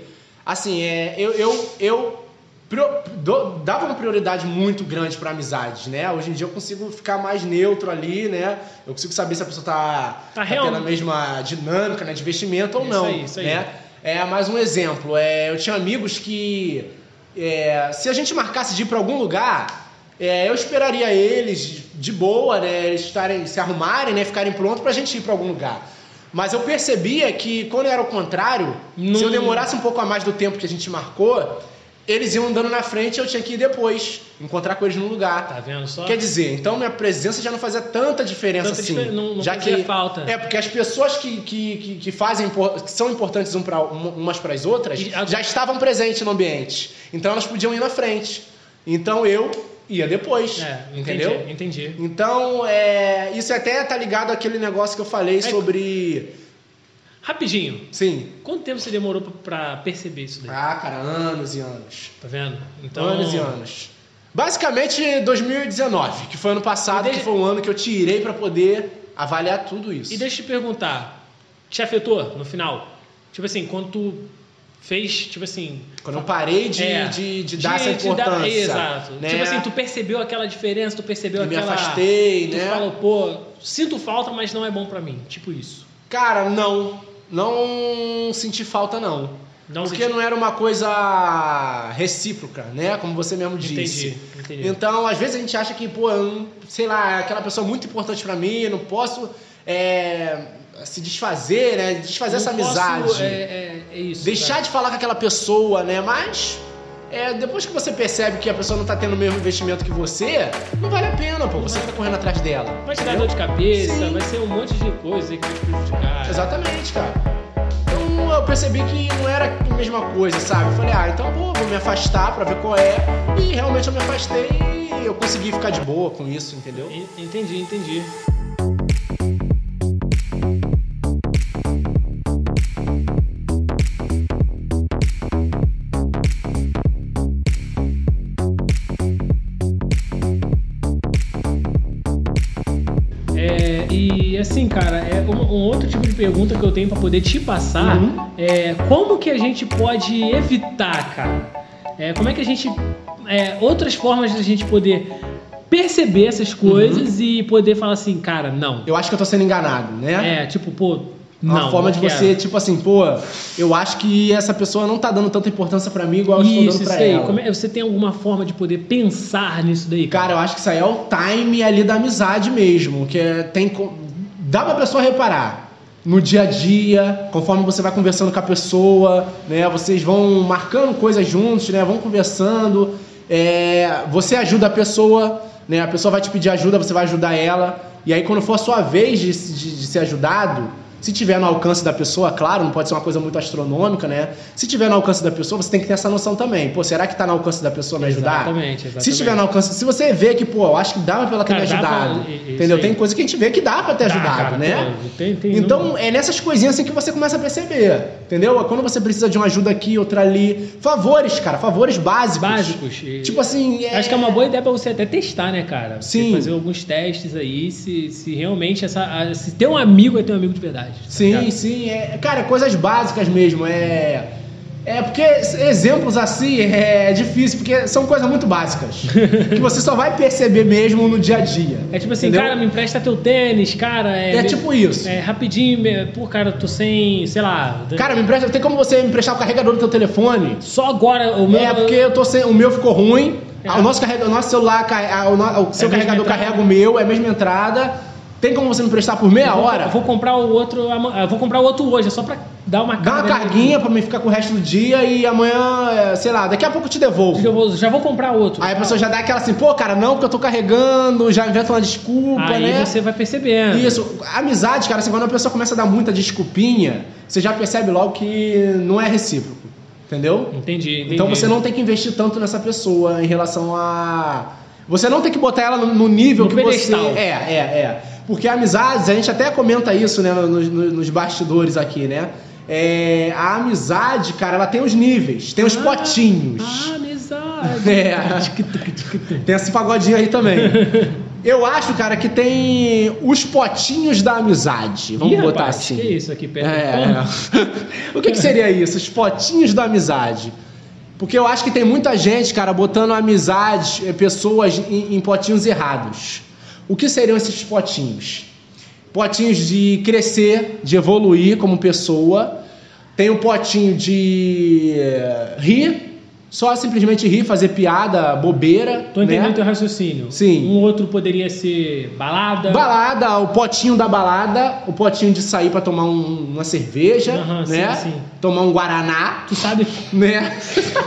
B: assim, é, eu, eu, eu prio- do- dava uma prioridade muito grande pra amizades, né? Hoje em dia eu consigo ficar mais neutro ali, né? Eu consigo saber se a pessoa tá,
A: Tá real.
B: tendo a mesma dinâmica né, de investimento ou
A: Isso
B: não,
A: aí, isso aí.
B: né? É, mais um exemplo, é, eu tinha amigos que, é, se a gente marcasse de ir pra algum lugar... É, eu esperaria eles de boa, né? Eles estarem, se arrumarem, né? Ficarem prontos pra gente ir pra algum lugar. Mas eu percebia que quando era o contrário,
A: Não-
B: se eu demorasse um pouco a mais do tempo que a gente marcou, eles iam andando na frente e eu tinha que ir depois, encontrar com eles no lugar.
A: Tá vendo só?
B: Quer dizer, então minha presença já não fazia tanta diferença
A: Tanta
B: assim.
A: difer- não- não
B: já
A: fazia
B: que
A: falta.
B: É, porque as pessoas que, que, que, que fazem, impor- que são importantes um pra, um- umas para as outras,
A: E a-
B: já estavam presentes no ambiente. Então elas podiam ir na frente. Então eu ia depois.
A: É,
B: entendeu?
A: entendeu? Entendi.
B: Então, é, isso até tá ligado àquele negócio que eu falei
A: É
B: sobre.
A: Rapidinho,
B: Sim.
A: quanto tempo você demorou pra pra perceber isso daí?
B: Ah, cara, anos e anos.
A: Tá vendo? Então...
B: Anos e anos. Basicamente, 2019, que foi ano passado,
A: E desde-
B: que foi um ano que eu tirei pra poder avaliar tudo isso.
A: E deixa eu te perguntar, te afetou no final? Tipo assim, quando tu fez, tipo assim...
B: Quando eu parei de,
A: É.
B: de, de dar essa
A: de dar-
B: importância.
A: exato.
B: Né?
A: Tipo assim, tu percebeu aquela diferença, tu percebeu
B: Eu me
A: aquela...
B: afastei,
A: tu
B: né?
A: falou, pô, sinto falta, mas não é bom pra mim. Tipo isso.
B: Cara, não. Não senti falta, não.
A: Não tipo,
B: Porque
A: senti-
B: não era uma coisa recíproca, né? Como você mesmo disse.
A: Entendi, entendi.
B: Então, às vezes a gente acha que, pô, eu não- sei lá, é aquela pessoa muito importante pra mim, eu não posso é, se desfazer, né? Desfazer essa
A: Não posso,
B: amizade.
A: É, é- é isso.
B: Deixar
A: cara.
B: de falar com aquela pessoa, né? Mas é, depois que você percebe que a pessoa não tá tendo o mesmo investimento que você, não vale a pena, pô. Você fica correndo atrás dela.
A: Vai te dar
B: entendeu?
A: dor de cabeça,
B: Sim.
A: vai ser um monte de coisa aí que vai te prejudicar.
B: Exatamente, cara. Então eu percebi que não era a mesma coisa, sabe? Eu falei, ah, então eu vou, vou me afastar pra ver qual é. E realmente eu me afastei e eu consegui ficar de boa com isso, entendeu?
A: En- Entendi, entendi. É, e assim, cara, é um, um outro tipo de pergunta que eu tenho pra poder te passar
B: Uhum.
A: é como que a gente pode evitar, cara? É, como é que a gente. é, outras formas de a gente poder perceber essas coisas
B: Uhum.
A: e poder falar assim, cara, não.
B: Eu acho que eu tô sendo enganado, né?
A: É, tipo, pô, não.
B: Uma forma
A: não
B: de
A: quero.
B: você, tipo assim, pô, eu acho que essa pessoa não tá dando tanta importância pra mim igual eu estou
A: Isso,
B: dando
A: isso
B: pra
A: aí.
B: ela.
A: Como é- você tem alguma forma de poder pensar nisso daí?
B: Cara, eu acho que isso aí é o time ali da amizade mesmo, que é, tem co- dá pra pessoa reparar no dia a dia, conforme você vai conversando com a pessoa, né? Vocês vão marcando coisas juntos, né? Vão conversando, é, você ajuda a pessoa, né? A pessoa vai te pedir ajuda, você vai ajudar ela, e aí quando for a sua vez de, se- de- de ser ajudado, se tiver no alcance da pessoa, claro, não pode ser uma coisa muito astronômica, né? Se tiver no alcance da pessoa, você tem que ter essa noção também. Pô, será que tá no alcance da pessoa me ajudar?
A: Exatamente, exatamente.
B: Se tiver no alcance, se você vê que, pô, eu acho que dava pra ela ter
A: Cara,
B: me
A: dá
B: ajudado.
A: pra- i- isso
B: entendeu?
A: aí.
B: Tem coisa que a gente vê que dá pra ter
A: Dá,
B: ajudado,
A: Tá, cara,
B: né?
A: pô, tem- tem-
B: Então, é nessas coisinhas assim que você começa a perceber, entendeu? Quando você precisa de uma ajuda aqui, outra ali. Favores, cara, favores básicos.
A: básicos. e-
B: Tipo assim, é...
A: Acho que é uma boa ideia pra você até testar, né, cara? Você
B: Sim.
A: fazer alguns testes aí, se, se realmente essa. a- Se ter um amigo é ter um amigo de verdade. tá
B: Sim,
A: ligado?
B: sim. É... Cara, coisas básicas mesmo. É. É porque exemplos assim é difícil, porque são coisas muito básicas. que você só vai perceber mesmo no dia a dia.
A: É tipo assim,
B: entendeu?
A: cara, me empresta teu tênis, cara. É,
B: É
A: me-
B: tipo isso.
A: é, rapidinho, me- pô, cara, tô sem, sei lá.
B: Cara, me empresta, tem como você me emprestar o carregador do teu telefone?
A: só agora o meu.
B: É, porque eu tô sem, o meu ficou ruim.
A: Uhum. É.
B: ah, O, nosso carrega, o nosso celular, carre- ah, o, no- o seu
A: É a mesma
B: carregador
A: entrada.
B: carrega o meu, é a mesma entrada. Tem como você me prestar por meia
A: eu vou,
B: é hora?
A: eu vou comprar o outro, ama- eu vou comprar o outro hoje, é só pra dar uma
B: Dá uma
A: carga, né?
B: carguinha pra mim ficar com o resto do dia e amanhã, é, sei lá, daqui a pouco eu te
A: Porque
B: devolvo.
A: eu vou- já vou comprar outro.
B: Aí a pessoa já dá aquela assim, pô, cara, não, porque eu tô carregando, já inventa uma desculpa,
A: Aí
B: né?
A: você vai percebendo.
B: Isso, amizade, cara, assim, quando a pessoa começa a dar muita desculpinha, você já percebe logo que não é recíproco, entendeu?
A: Entendi, entendi.
B: Então você não tem que investir tanto nessa pessoa em relação a. Você não tem que botar ela no, no nível
A: No
B: que
A: pedestal.
B: você. É, é, é. Porque amizades, a gente até comenta isso, né, nos, nos- nos bastidores aqui, né? É, a amizade, cara, ela tem os níveis, tem os
A: Ah,
B: potinhos.
A: Ah, amizade.
B: É.
A: ah.
B: Tem esse pagodinho aí também. Eu acho, cara, que tem os potinhos da amizade. Vamos
A: Ih,
B: botar
A: rapaz,
B: assim.
A: Que isso aqui perto?
B: É. o que, que seria isso? Os potinhos da amizade. Porque eu acho que tem muita gente, cara, botando amizades, eh, pessoas em, em potinhos errados. O que seriam esses potinhos? Potinhos de crescer, de evoluir como pessoa. Tem o potinho de eh, rir, só simplesmente rir, fazer piada, bobeira.
A: Tô entendendo
B: né?
A: o teu raciocínio.
B: Sim.
A: Um outro poderia ser balada.
B: Balada, o potinho da balada, o potinho de sair pra tomar um- uma cerveja,
A: Aham, sim,
B: né?
A: sim.
B: Tomar um guaraná,
A: Tu sabe?
B: né?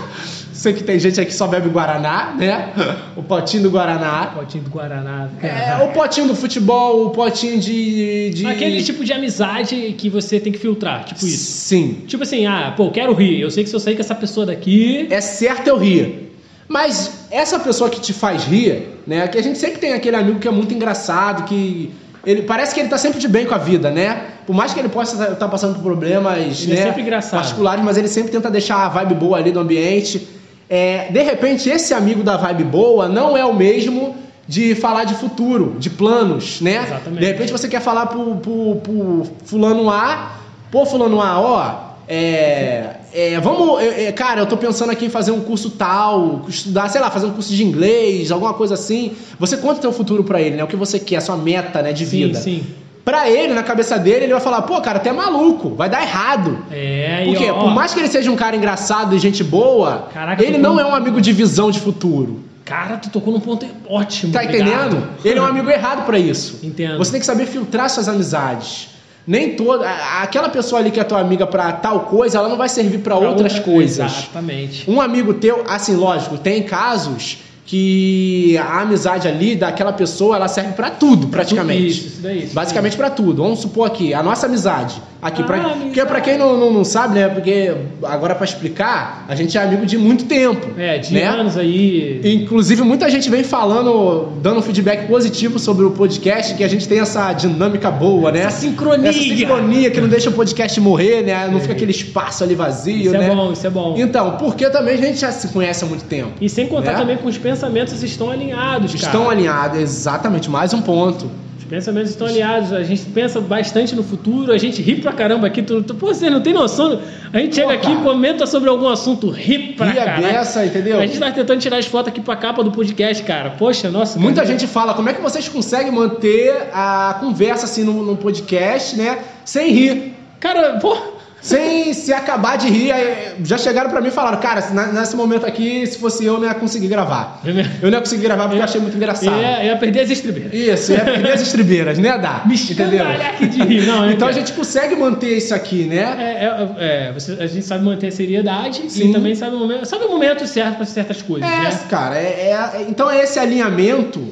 B: Sei que tem gente aqui que só bebe guaraná, né? O potinho do guaraná.
A: é Potinho do Guaraná.
B: É, o potinho do futebol, o potinho de, de...
A: Aquele tipo de amizade que você tem que filtrar, tipo isso.
B: Sim.
A: Tipo assim, ah, pô, quero rir. Eu sei que se eu sair com essa pessoa daqui.
B: É certo eu rir. Mas essa pessoa que te faz rir, né? Que a gente sempre tem aquele amigo que é muito engraçado, que ele parece que ele tá sempre de bem com a vida, né? Por mais que ele possa estar passando por problemas,
A: Ele é
B: né,
A: sempre engraçado.
B: particulares, mas ele sempre tenta deixar a vibe boa ali do ambiente. É, de repente, esse amigo da vibe boa não é o mesmo de falar de futuro, de planos, né?
A: Exatamente.
B: De repente você quer falar pro, pro, pro fulano A, pô, fulano A, ó, é, é, vamos, é, é, cara, eu tô pensando aqui em fazer um curso tal, estudar, sei lá, fazer um curso de inglês, alguma coisa assim. Você conta o teu futuro pra ele, né? O que você quer, a sua meta, né, de
A: Sim,
B: vida.
A: sim.
B: Pra ele, na cabeça dele, ele vai falar, pô, cara, até é maluco, vai dar errado.
A: É,
B: Porque,
A: e ó,
B: por mais que ele seja um cara engraçado e gente boa,
A: Caraca,
B: ele
A: tu
B: não
A: com-
B: é um amigo de visão de futuro.
A: Cara, tu tocou num ponto ótimo.
B: Tá
A: obrigado.
B: entendendo? Ele é um amigo errado pra isso.
A: Entendo.
B: Você tem que saber filtrar suas amizades. Nem toda. a- Aquela pessoa ali que é tua amiga pra tal coisa, ela não vai servir pra
A: Pra
B: outras
A: outra-
B: coisas.
A: Exatamente.
B: Um amigo teu, assim, lógico, tem casos que a amizade ali daquela pessoa, ela serve pra tudo, praticamente.
A: Isso, isso daí. isso
B: Basicamente pra tudo. Vamos supor aqui, a nossa amizade. Aqui,
A: Ah,
B: pra,
A: amizade.
B: Porque pra quem não, não, não sabe, né? Porque agora pra explicar, a gente é amigo de muito tempo.
A: daí. É, de
B: né?
A: anos aí.
B: Inclusive, muita gente vem falando, dando feedback positivo sobre o podcast, que a gente tem essa dinâmica boa, né?
A: Essa sincronia.
B: Essa sincronia que não deixa o podcast morrer, né? Não
A: É.
B: fica aquele espaço ali vazio,
A: Isso
B: né?
A: é bom, isso é bom.
B: Então, porque também a gente já se conhece há muito tempo.
A: E sem contar
B: Né?
A: também com os pensamentos estão alinhados, cara.
B: Estão alinhados, exatamente, mais um ponto.
A: Os pensamentos estão alinhados. A gente pensa bastante no futuro, a gente ri pra caramba aqui. Tu, tu, pô, você não tem noção. A gente chega aqui,
B: cara.
A: comenta sobre algum assunto, ri pra
B: e a
A: caralho.
B: beça, entendeu?
A: A gente tá tentando tirar as fotos aqui pra capa do podcast, cara. Poxa, nossa.
B: Muita
A: cara.
B: gente fala, como é que vocês conseguem manter a conversa assim num, num podcast, né? Sem rir.
A: Cara, pô.
B: Sem se acabar de rir. Aí, já chegaram pra mim e falaram, cara, se na- nesse momento aqui, se fosse eu, eu não ia conseguir gravar. Eu não ia conseguir gravar porque eu achei muito engraçado.
A: Ia, ia perder as estribeiras. é
B: Isso, ia perder as estribeiras, né, Dá?
A: Me escandalhar aqui de rir. Não, né,
B: Então a
A: cara?
B: gente consegue manter isso aqui, né?
A: É, é, é, você- a gente sabe manter a seriedade
B: Sim.
A: e também sabe o momento, sabe o momento certo pra certas coisas, né?
B: É, cara. é- é- é- então é esse alinhamento.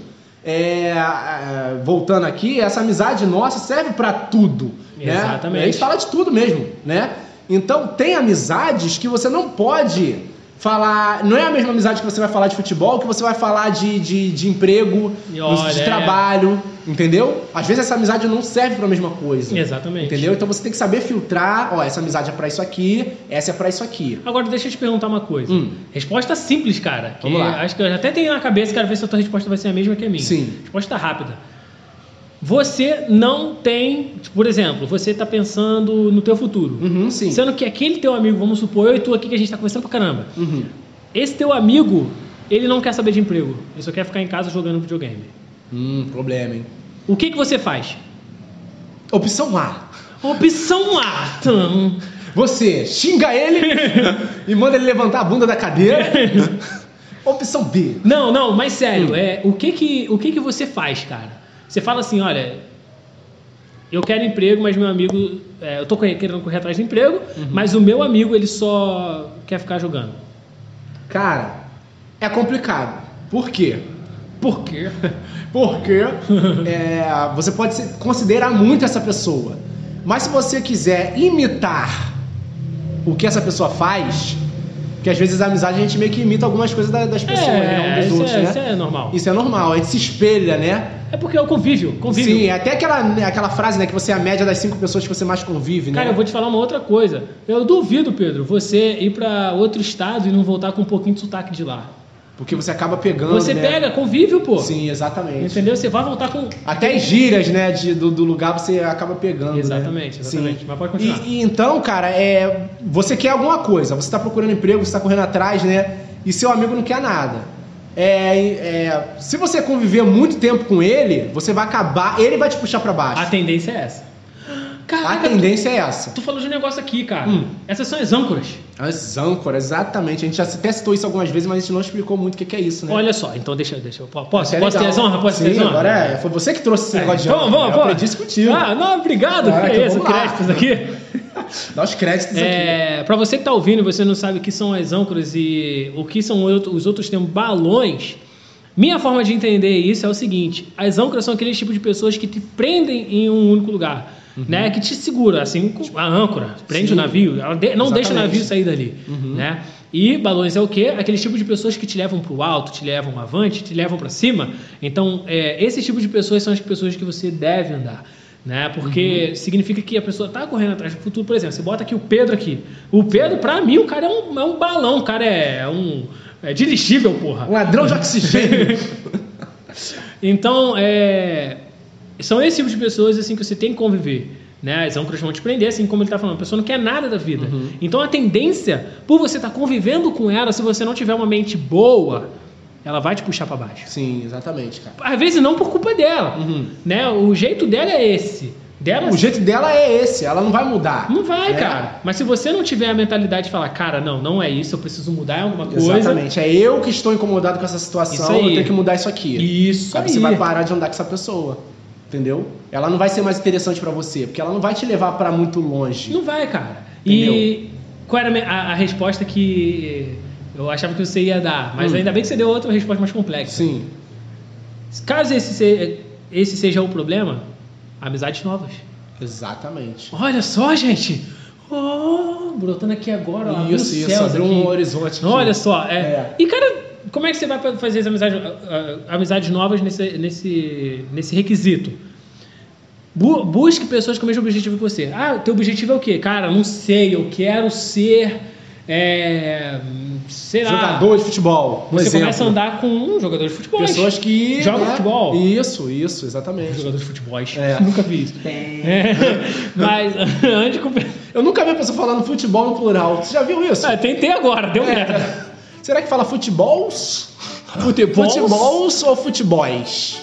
B: é, é, voltando aqui, essa amizade nossa serve pra tudo. né?
A: Exatamente.
B: A gente fala de tudo mesmo, né? Então tem amizades que você não pode falar. Não é a mesma amizade que você vai falar de futebol, que você vai falar de, de, de emprego,
A: E olha,
B: de
A: é.
B: trabalho, entendeu? Às vezes essa amizade não serve pra mesma coisa.
A: Exatamente.
B: Entendeu? Então você tem que saber filtrar, ó, essa amizade é pra isso aqui, essa é pra isso aqui.
A: Agora deixa eu te perguntar uma coisa.
B: Hum.
A: Resposta simples, cara. Que
B: Vamos lá.
A: Acho que eu até tenho na cabeça, quero ver se a tua resposta vai ser a mesma que a minha.
B: Sim.
A: Resposta rápida. Você não tem, por exemplo, você tá pensando no teu futuro.
B: Uhum, sim.
A: Sendo que aquele teu amigo, vamos supor, eu e tu aqui que a gente tá conversando pra caramba.
B: Uhum.
A: Esse teu amigo, ele não quer saber de emprego. Ele só quer ficar em casa jogando videogame.
B: Hum, problema, hein?
A: O que que você faz?
B: Opção A.
A: Opção A. Tum.
B: Você xinga ele e manda ele levantar a bunda da cadeira. Opção B.
A: Não, não, mas
B: Hum.
A: sério, é, o, que que, o que que você faz, cara? Você fala assim, olha, eu quero emprego, mas meu amigo, é, eu tô corre- querendo correr atrás de emprego,
B: Uhum.
A: mas o meu amigo, ele só quer ficar jogando.
B: Cara, é complicado. Por quê?
A: Por quê?
B: Porque é, você pode se- considerar muito essa pessoa. Mas se você quiser imitar o que essa pessoa faz, que às vezes a amizade a gente meio que imita algumas coisas da- das pessoas, né? Um
A: É,
B: dos
A: isso
B: outros,
A: é,
B: né?
A: isso é normal.
B: Isso é normal, a gente se espelha, né?
A: É porque é o convívio, convívio.
B: Sim, é até aquela, aquela frase, né? Que você é a média das cinco pessoas que você mais convive, né?
A: Cara, eu vou te falar uma outra coisa. Eu duvido, Pedro, você ir pra outro estado e não voltar com um pouquinho de sotaque de lá.
B: Porque você acaba pegando.
A: Você
B: né?
A: pega convívio, pô. Então-
B: Sim, exatamente.
A: Entendeu? Você vai voltar com
B: Até as gírias, né, de- do, do lugar você acaba pegando. né?
A: Exatamente, exatamente.
B: Sim.
A: Mas pode continuar.
B: E, e então, cara, é, você quer alguma coisa, você tá procurando emprego, você tá correndo atrás, né? E seu amigo não quer nada. É, e- é, se você conviver muito tempo com ele, você vai acabar. Ele vai te puxar pra
A: A
B: baixo.
A: tendência é essa.
B: A
A: Caraca,
B: tendência é essa.
A: tu falou de um negócio aqui, cara.
B: Hum.
A: Essas são as âncoras.
B: As âncoras, exatamente. A gente já até citou isso algumas vezes, mas a gente não explicou muito o que, que é isso, né?
A: Olha só, então deixa, deixa eu. Posso, posso
B: É
A: ter
B: legal.
A: as honras? Posso
B: Sim,
A: ter as honras?
B: agora é. Foi você que trouxe esse
A: É,
B: negócio de
A: então,
B: honra,
A: vamos,
B: né? Eu
A: vamos.
B: aprendi isso contigo.
A: Ah, não, obrigado.
B: Caraca,
A: que é isso,
B: vamos lá.
A: créditos aqui.
B: Dá os créditos aqui.
A: É, pra você que tá ouvindo e você não sabe o que são as âncoras e o que são outro- os outros termos balões, minha forma de entender isso é o seguinte: as âncoras são aquele tipo de pessoas que te prendem em um único lugar. Né, que te segura, assim, com a âncora, prende
B: Uhum. Sim.
A: o navio, ela de- não deixa o
B: Exatamente.
A: navio sair dali.
B: Uhum.
A: Né? E balões é o quê? Aquele tipo de pessoas que te levam para o alto, te levam avante, te levam para cima. Então, é, esse tipo de pessoas são as pessoas que você deve andar. Né? Porque significa que a pessoa tá correndo atrás do futuro. Por exemplo, você bota aqui o Pedro aqui. O Pedro, pra mim, o cara é um, é um balão, o cara é um. É dirigível, porra.
B: Um ladrão de oxigênio.
A: Então, é, são esse tipo de pessoas assim que você tem que conviver. Né? São que eles vão te prender, assim como ele está falando. A pessoa não quer nada da vida.
B: Uhum.
A: Então, a tendência, por você estar convivendo com ela, se você não tiver uma mente boa, ela vai te puxar para baixo.
B: Sim, exatamente, cara.
A: Às vezes, não por culpa dela.
B: Uhum.
A: Né? O jeito dela é esse. Dela
B: O jeito dela é esse, ela não vai mudar.
A: Não vai,
B: É.
A: cara. Mas se você não tiver a mentalidade de falar, cara, não, não é isso, eu preciso mudar em alguma coisa.
B: Exatamente. É eu que estou incomodado com essa situação,
A: Isso aí.
B: eu tenho que mudar isso aqui.
A: Isso
B: Aí
A: aí.
B: você vai parar de andar com essa pessoa. Entendeu? Ela não vai ser mais interessante pra você, porque ela não vai te levar pra muito longe.
A: Não vai, cara. E
B: Entendeu?
A: qual era a me- a, a resposta que eu achava que você ia dar? Mas
B: Hum.
A: ainda bem que você deu outra resposta mais complexa.
B: Sim.
A: Caso esse, se- esse seja o problema, amizades novas.
B: Exatamente.
A: Olha só, gente! Oh, brotando aqui agora, ó,
B: Isso,
A: abriu os
B: isso,
A: céus
B: abriu
A: aqui.
B: um horizonte. aqui.
A: Olha só, é.
B: É.
A: E cara, como é que você vai pra- fazer as amizades, a- a- amizades novas nesse, nesse, nesse requisito? Bu- busque pessoas com o mesmo objetivo que você. Ah, teu objetivo é o quê? Cara, não sei, eu quero ser. É, sei lá.
B: Jogador de futebol. Um
A: Você
B: exemplo.
A: começa a andar com um jogador de futebol.
B: Pessoas que. né?
A: Jogam futebol.
B: Isso, isso, exatamente.
A: Jogador de futebol.
B: É.
A: Nunca vi isso. É. Mas ande com.
B: Eu nunca vi a pessoa falando futebol no plural. Você já viu isso?
A: Ah, tentei agora,
B: É.
A: deu merda.
B: Será que fala futebol's?
A: Futebols?
B: Futebol's ou futebóis?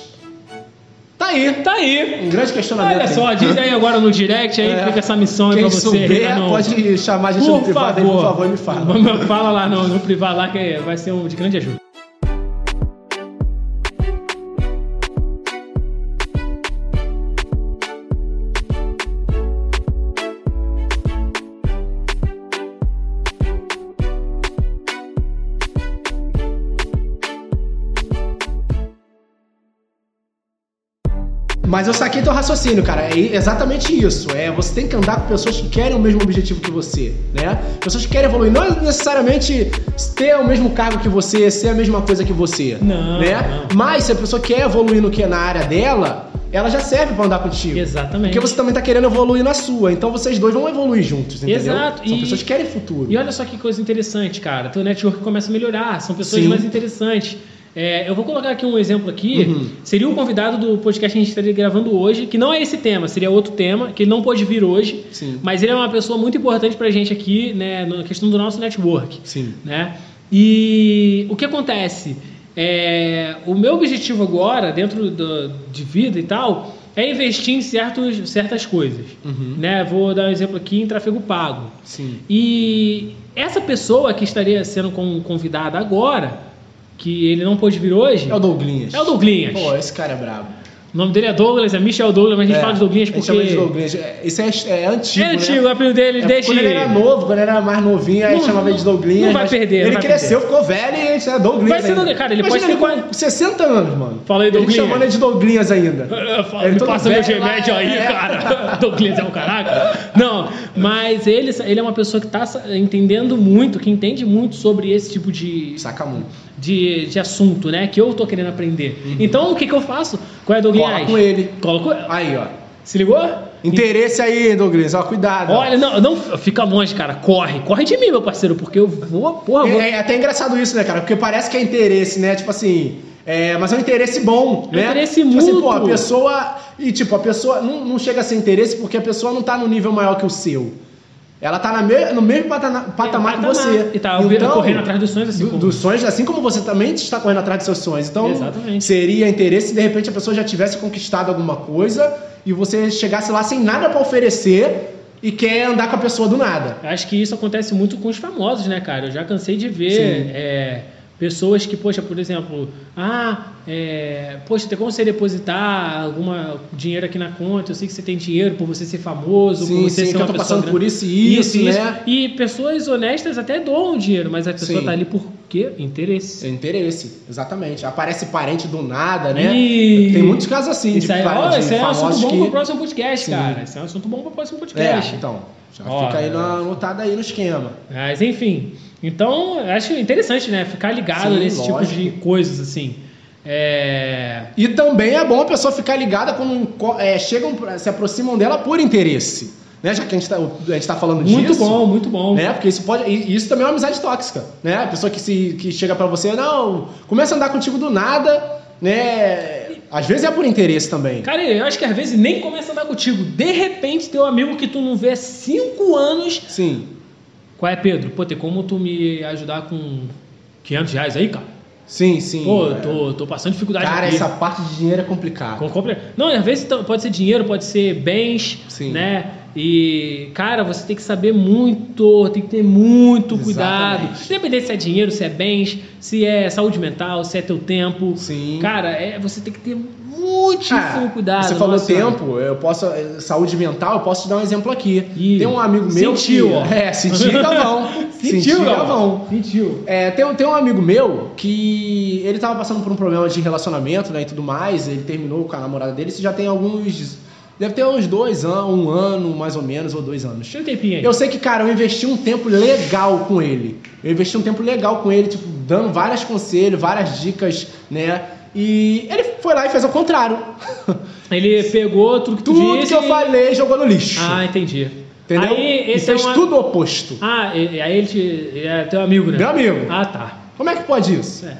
B: Tá aí.
A: Tá aí.
B: Um grande questionamento.
A: Olha
B: aí.
A: só, diz aí agora no direct aí,
B: É.
A: fica essa missão aí
B: Quem
A: pra você.
B: souber,
A: Renan.
B: pode chamar a gente no
A: por
B: privado
A: favor.
B: aí, por favor, e me fala.
A: Fala lá no, no privado lá que vai ser um de grande ajuda.
B: Mas eu saquei teu raciocínio, cara. É exatamente isso. É, você tem que andar com pessoas que querem o mesmo objetivo que você, né? Pessoas que querem evoluir. Não é necessariamente ter o mesmo cargo que você, ser a mesma coisa que você.
A: Não,
B: Né?
A: não.
B: Mas se a pessoa quer evoluir no que é na área dela, ela já serve pra andar contigo.
A: Exatamente.
B: Porque você também tá querendo evoluir na sua, então vocês dois vão evoluir juntos, entendeu?
A: Exato,
B: São
A: e-
B: pessoas que querem futuro.
A: E olha só que coisa interessante, cara. Teu network começa a melhorar, são pessoas
B: Sim.
A: mais interessantes. É, eu vou colocar aqui um exemplo aqui.
B: Uhum.
A: Seria um convidado do podcast que a gente estaria gravando hoje, que não é esse tema, seria outro tema, que ele não pôde vir hoje.
B: Sim.
A: Mas ele é uma pessoa muito importante pra gente aqui, né, na questão do nosso network.
B: Sim.
A: né? E o que acontece? É, o meu objetivo agora, dentro do, de vida e tal, é investir em certos, certas coisas.
B: Uhum.
A: Né? Vou dar um exemplo aqui em tráfego pago.
B: Sim.
A: E essa pessoa que estaria sendo con- convidada agora, que ele não pôde vir hoje,
B: É o Douglinhas.
A: é o Douglinhas.
B: Pô, esse cara é brabo.
A: O nome dele é Douglas, é Michel Douglas, mas a gente
B: É,
A: fala de Douglinhas
B: a
A: porque...
B: gente chama de Douglinhas. É, Isso é, é antigo,
A: é
B: né?
A: antigo, o apelido dele
B: É,
A: desde...
B: Quando ele era novo, quando ele era mais novinho, aí
A: Não-
B: chamava ele de Douglinhas.
A: não vai
B: mas
A: perder, não
B: Ele
A: vai
B: cresceu, ficou velho e ele é Douglinhas.
A: Vai ser
B: ainda.
A: Douglinhas. Cara, ele
B: Imagina
A: pode ter
B: com 60 anos, mano.
A: Fala aí,
B: Ele
A: Douglinhas.
B: chamando ele de Douglinhas ainda.
A: Eu falo,
B: Ele
A: Me
B: todo
A: passa meu
B: velho lá,
A: remédio aí,
B: é.
A: cara. Douglas é um caraca. Não, mas ele, ele é uma pessoa que tá sa- entendendo muito, que entende muito sobre esse tipo de,
B: Saca muito.
A: de, de assunto, né? Que eu tô querendo aprender. Então, o que que eu faço? Qual é, Douglas?
B: Uhum. Cola com ele.
A: Coloco...
B: Aí, ó.
A: Se ligou?
B: Interesse aí, Douglinhas. Ó, cuidado. ó.
A: Olha, não, não, fica longe, cara. Corre. Corre de mim, meu parceiro, porque eu vou, porra, vou...
B: É, é até engraçado isso, né, cara? Porque parece que é interesse, né? Tipo assim. é, mas é um interesse bom,
A: É um
B: né?
A: interesse
B: tipo assim, pô, a
A: mútuo.
B: pessoa. E tipo, a pessoa não, não chega a ser interesse porque a pessoa não tá no nível maior que o seu. Ela tá na me- no mesmo patana- patamar que
A: patamar.
B: você. Então,
A: E tá correndo atrás dos sonhos, assim
B: do-
A: como-
B: Dos sonhos, assim como você também está correndo atrás dos seus sonhos. Então,
A: Exatamente.
B: seria interesse se de repente a pessoa já tivesse conquistado alguma coisa e você chegasse lá sem nada pra oferecer e quer andar com a pessoa do nada.
A: Eu Acho que isso acontece muito com os famosos, né, cara? Eu já cansei de ver
B: Sim.
A: é, pessoas que, poxa, por exemplo, ah, é, poxa, tem como você depositar alguma dinheiro aqui na conta? Eu sei que você tem dinheiro por você ser famoso, por
B: Sim,
A: você
B: sim,
A: ser
B: que
A: é uma
B: eu tô
A: pessoa
B: passando
A: grande.
B: por isso e isso, né?
A: E pessoas honestas até doam o dinheiro, mas a pessoa
B: Sim.
A: tá ali por quê? Interesse.
B: É interesse, exatamente. Aparece parente do nada, né?
A: E-
B: Tem muitos casos assim
A: Isso aí, ó,
B: de
A: isso aí é um assunto
B: famosos
A: bom
B: que-
A: pro próximo podcast,
B: Sim.
A: cara. Isso é um assunto bom pro próximo
B: É,
A: podcast.
B: então, já
A: Ó,
B: fica aí
A: é.
B: na, anotado aí no esquema.
A: Mas enfim, então eu acho interessante, né? Ficar ligado
B: Sim,
A: nesse tipo
B: lógico.
A: de coisas, assim. É...
B: E também é bom a pessoa ficar ligada quando enco- é, chegam, pra- se aproximam dela por interesse, né? Já que a gente tá, a gente tá falando
A: Muito
B: disso.
A: bom, muito bom.
B: Né? Porque isso pode. e Isso também é uma amizade tóxica, né? A pessoa que, se, que chega pra você, não, começa a andar contigo do nada, né? Às vezes é por interesse também.
A: Cara, eu acho que às vezes nem começa a andar contigo. De repente, teu amigo que tu não vê há cinco anos.
B: Sim,
A: Qual é, Pedro? Pô, tem como tu me ajudar com 500 reais aí, cara?
B: sim, sim.
A: Pô,
B: É.
A: eu tô, tô passando dificuldade
B: Cara,
A: aqui.
B: essa parte de dinheiro é complicada.
A: Ah. Com- compre- Não, às vezes então, pode ser dinheiro, pode ser bens,
B: Sim.
A: né? E, cara, você tem que saber muito, tem que ter muito cuidado.
B: Exatamente.
A: Independente se é dinheiro, se é bens, se é saúde mental, se é teu tempo.
B: Sim.
A: Cara, é, você tem que ter muitíssimo
B: Ah,
A: um cuidado.
B: Você falou
A: nossa senhora.
B: tempo, eu posso. eh, Saúde mental, eu posso te dar um exemplo aqui.
A: Ih,
B: Tem um amigo meu.
A: sentiu,
B: que,
A: ó.
B: É, sentiu Gavão.
A: Sentiu,
B: Gavão.
A: Galvão? Sentiu.
B: É, tem, um- tem um amigo meu que ele tava passando por um problema de relacionamento, né, e tudo mais. Ele terminou com a namorada dele, isso já tem alguns. Deve ter uns dois anos, um ano mais ou menos, ou dois anos.
A: Deixa um tempinho aí.
B: Eu sei que, cara, eu investi um tempo legal com ele. Eu investi um tempo legal com ele, tipo, dando vários conselhos, várias dicas, né? E ele foi lá e fez ao contrário.
A: Ele pegou tudo que tu
B: Tudo
A: disse
B: que eu
A: e-
B: falei jogou no lixo.
A: Ah, entendi.
B: entendeu?
A: Aí
B: e
A: esse é
B: fez
A: um...
B: tudo o oposto.
A: Ah, e- e aí ele, te... ele é teu amigo, né?
B: Meu amigo,
A: Ah, tá.
B: como é que pode isso?
A: É.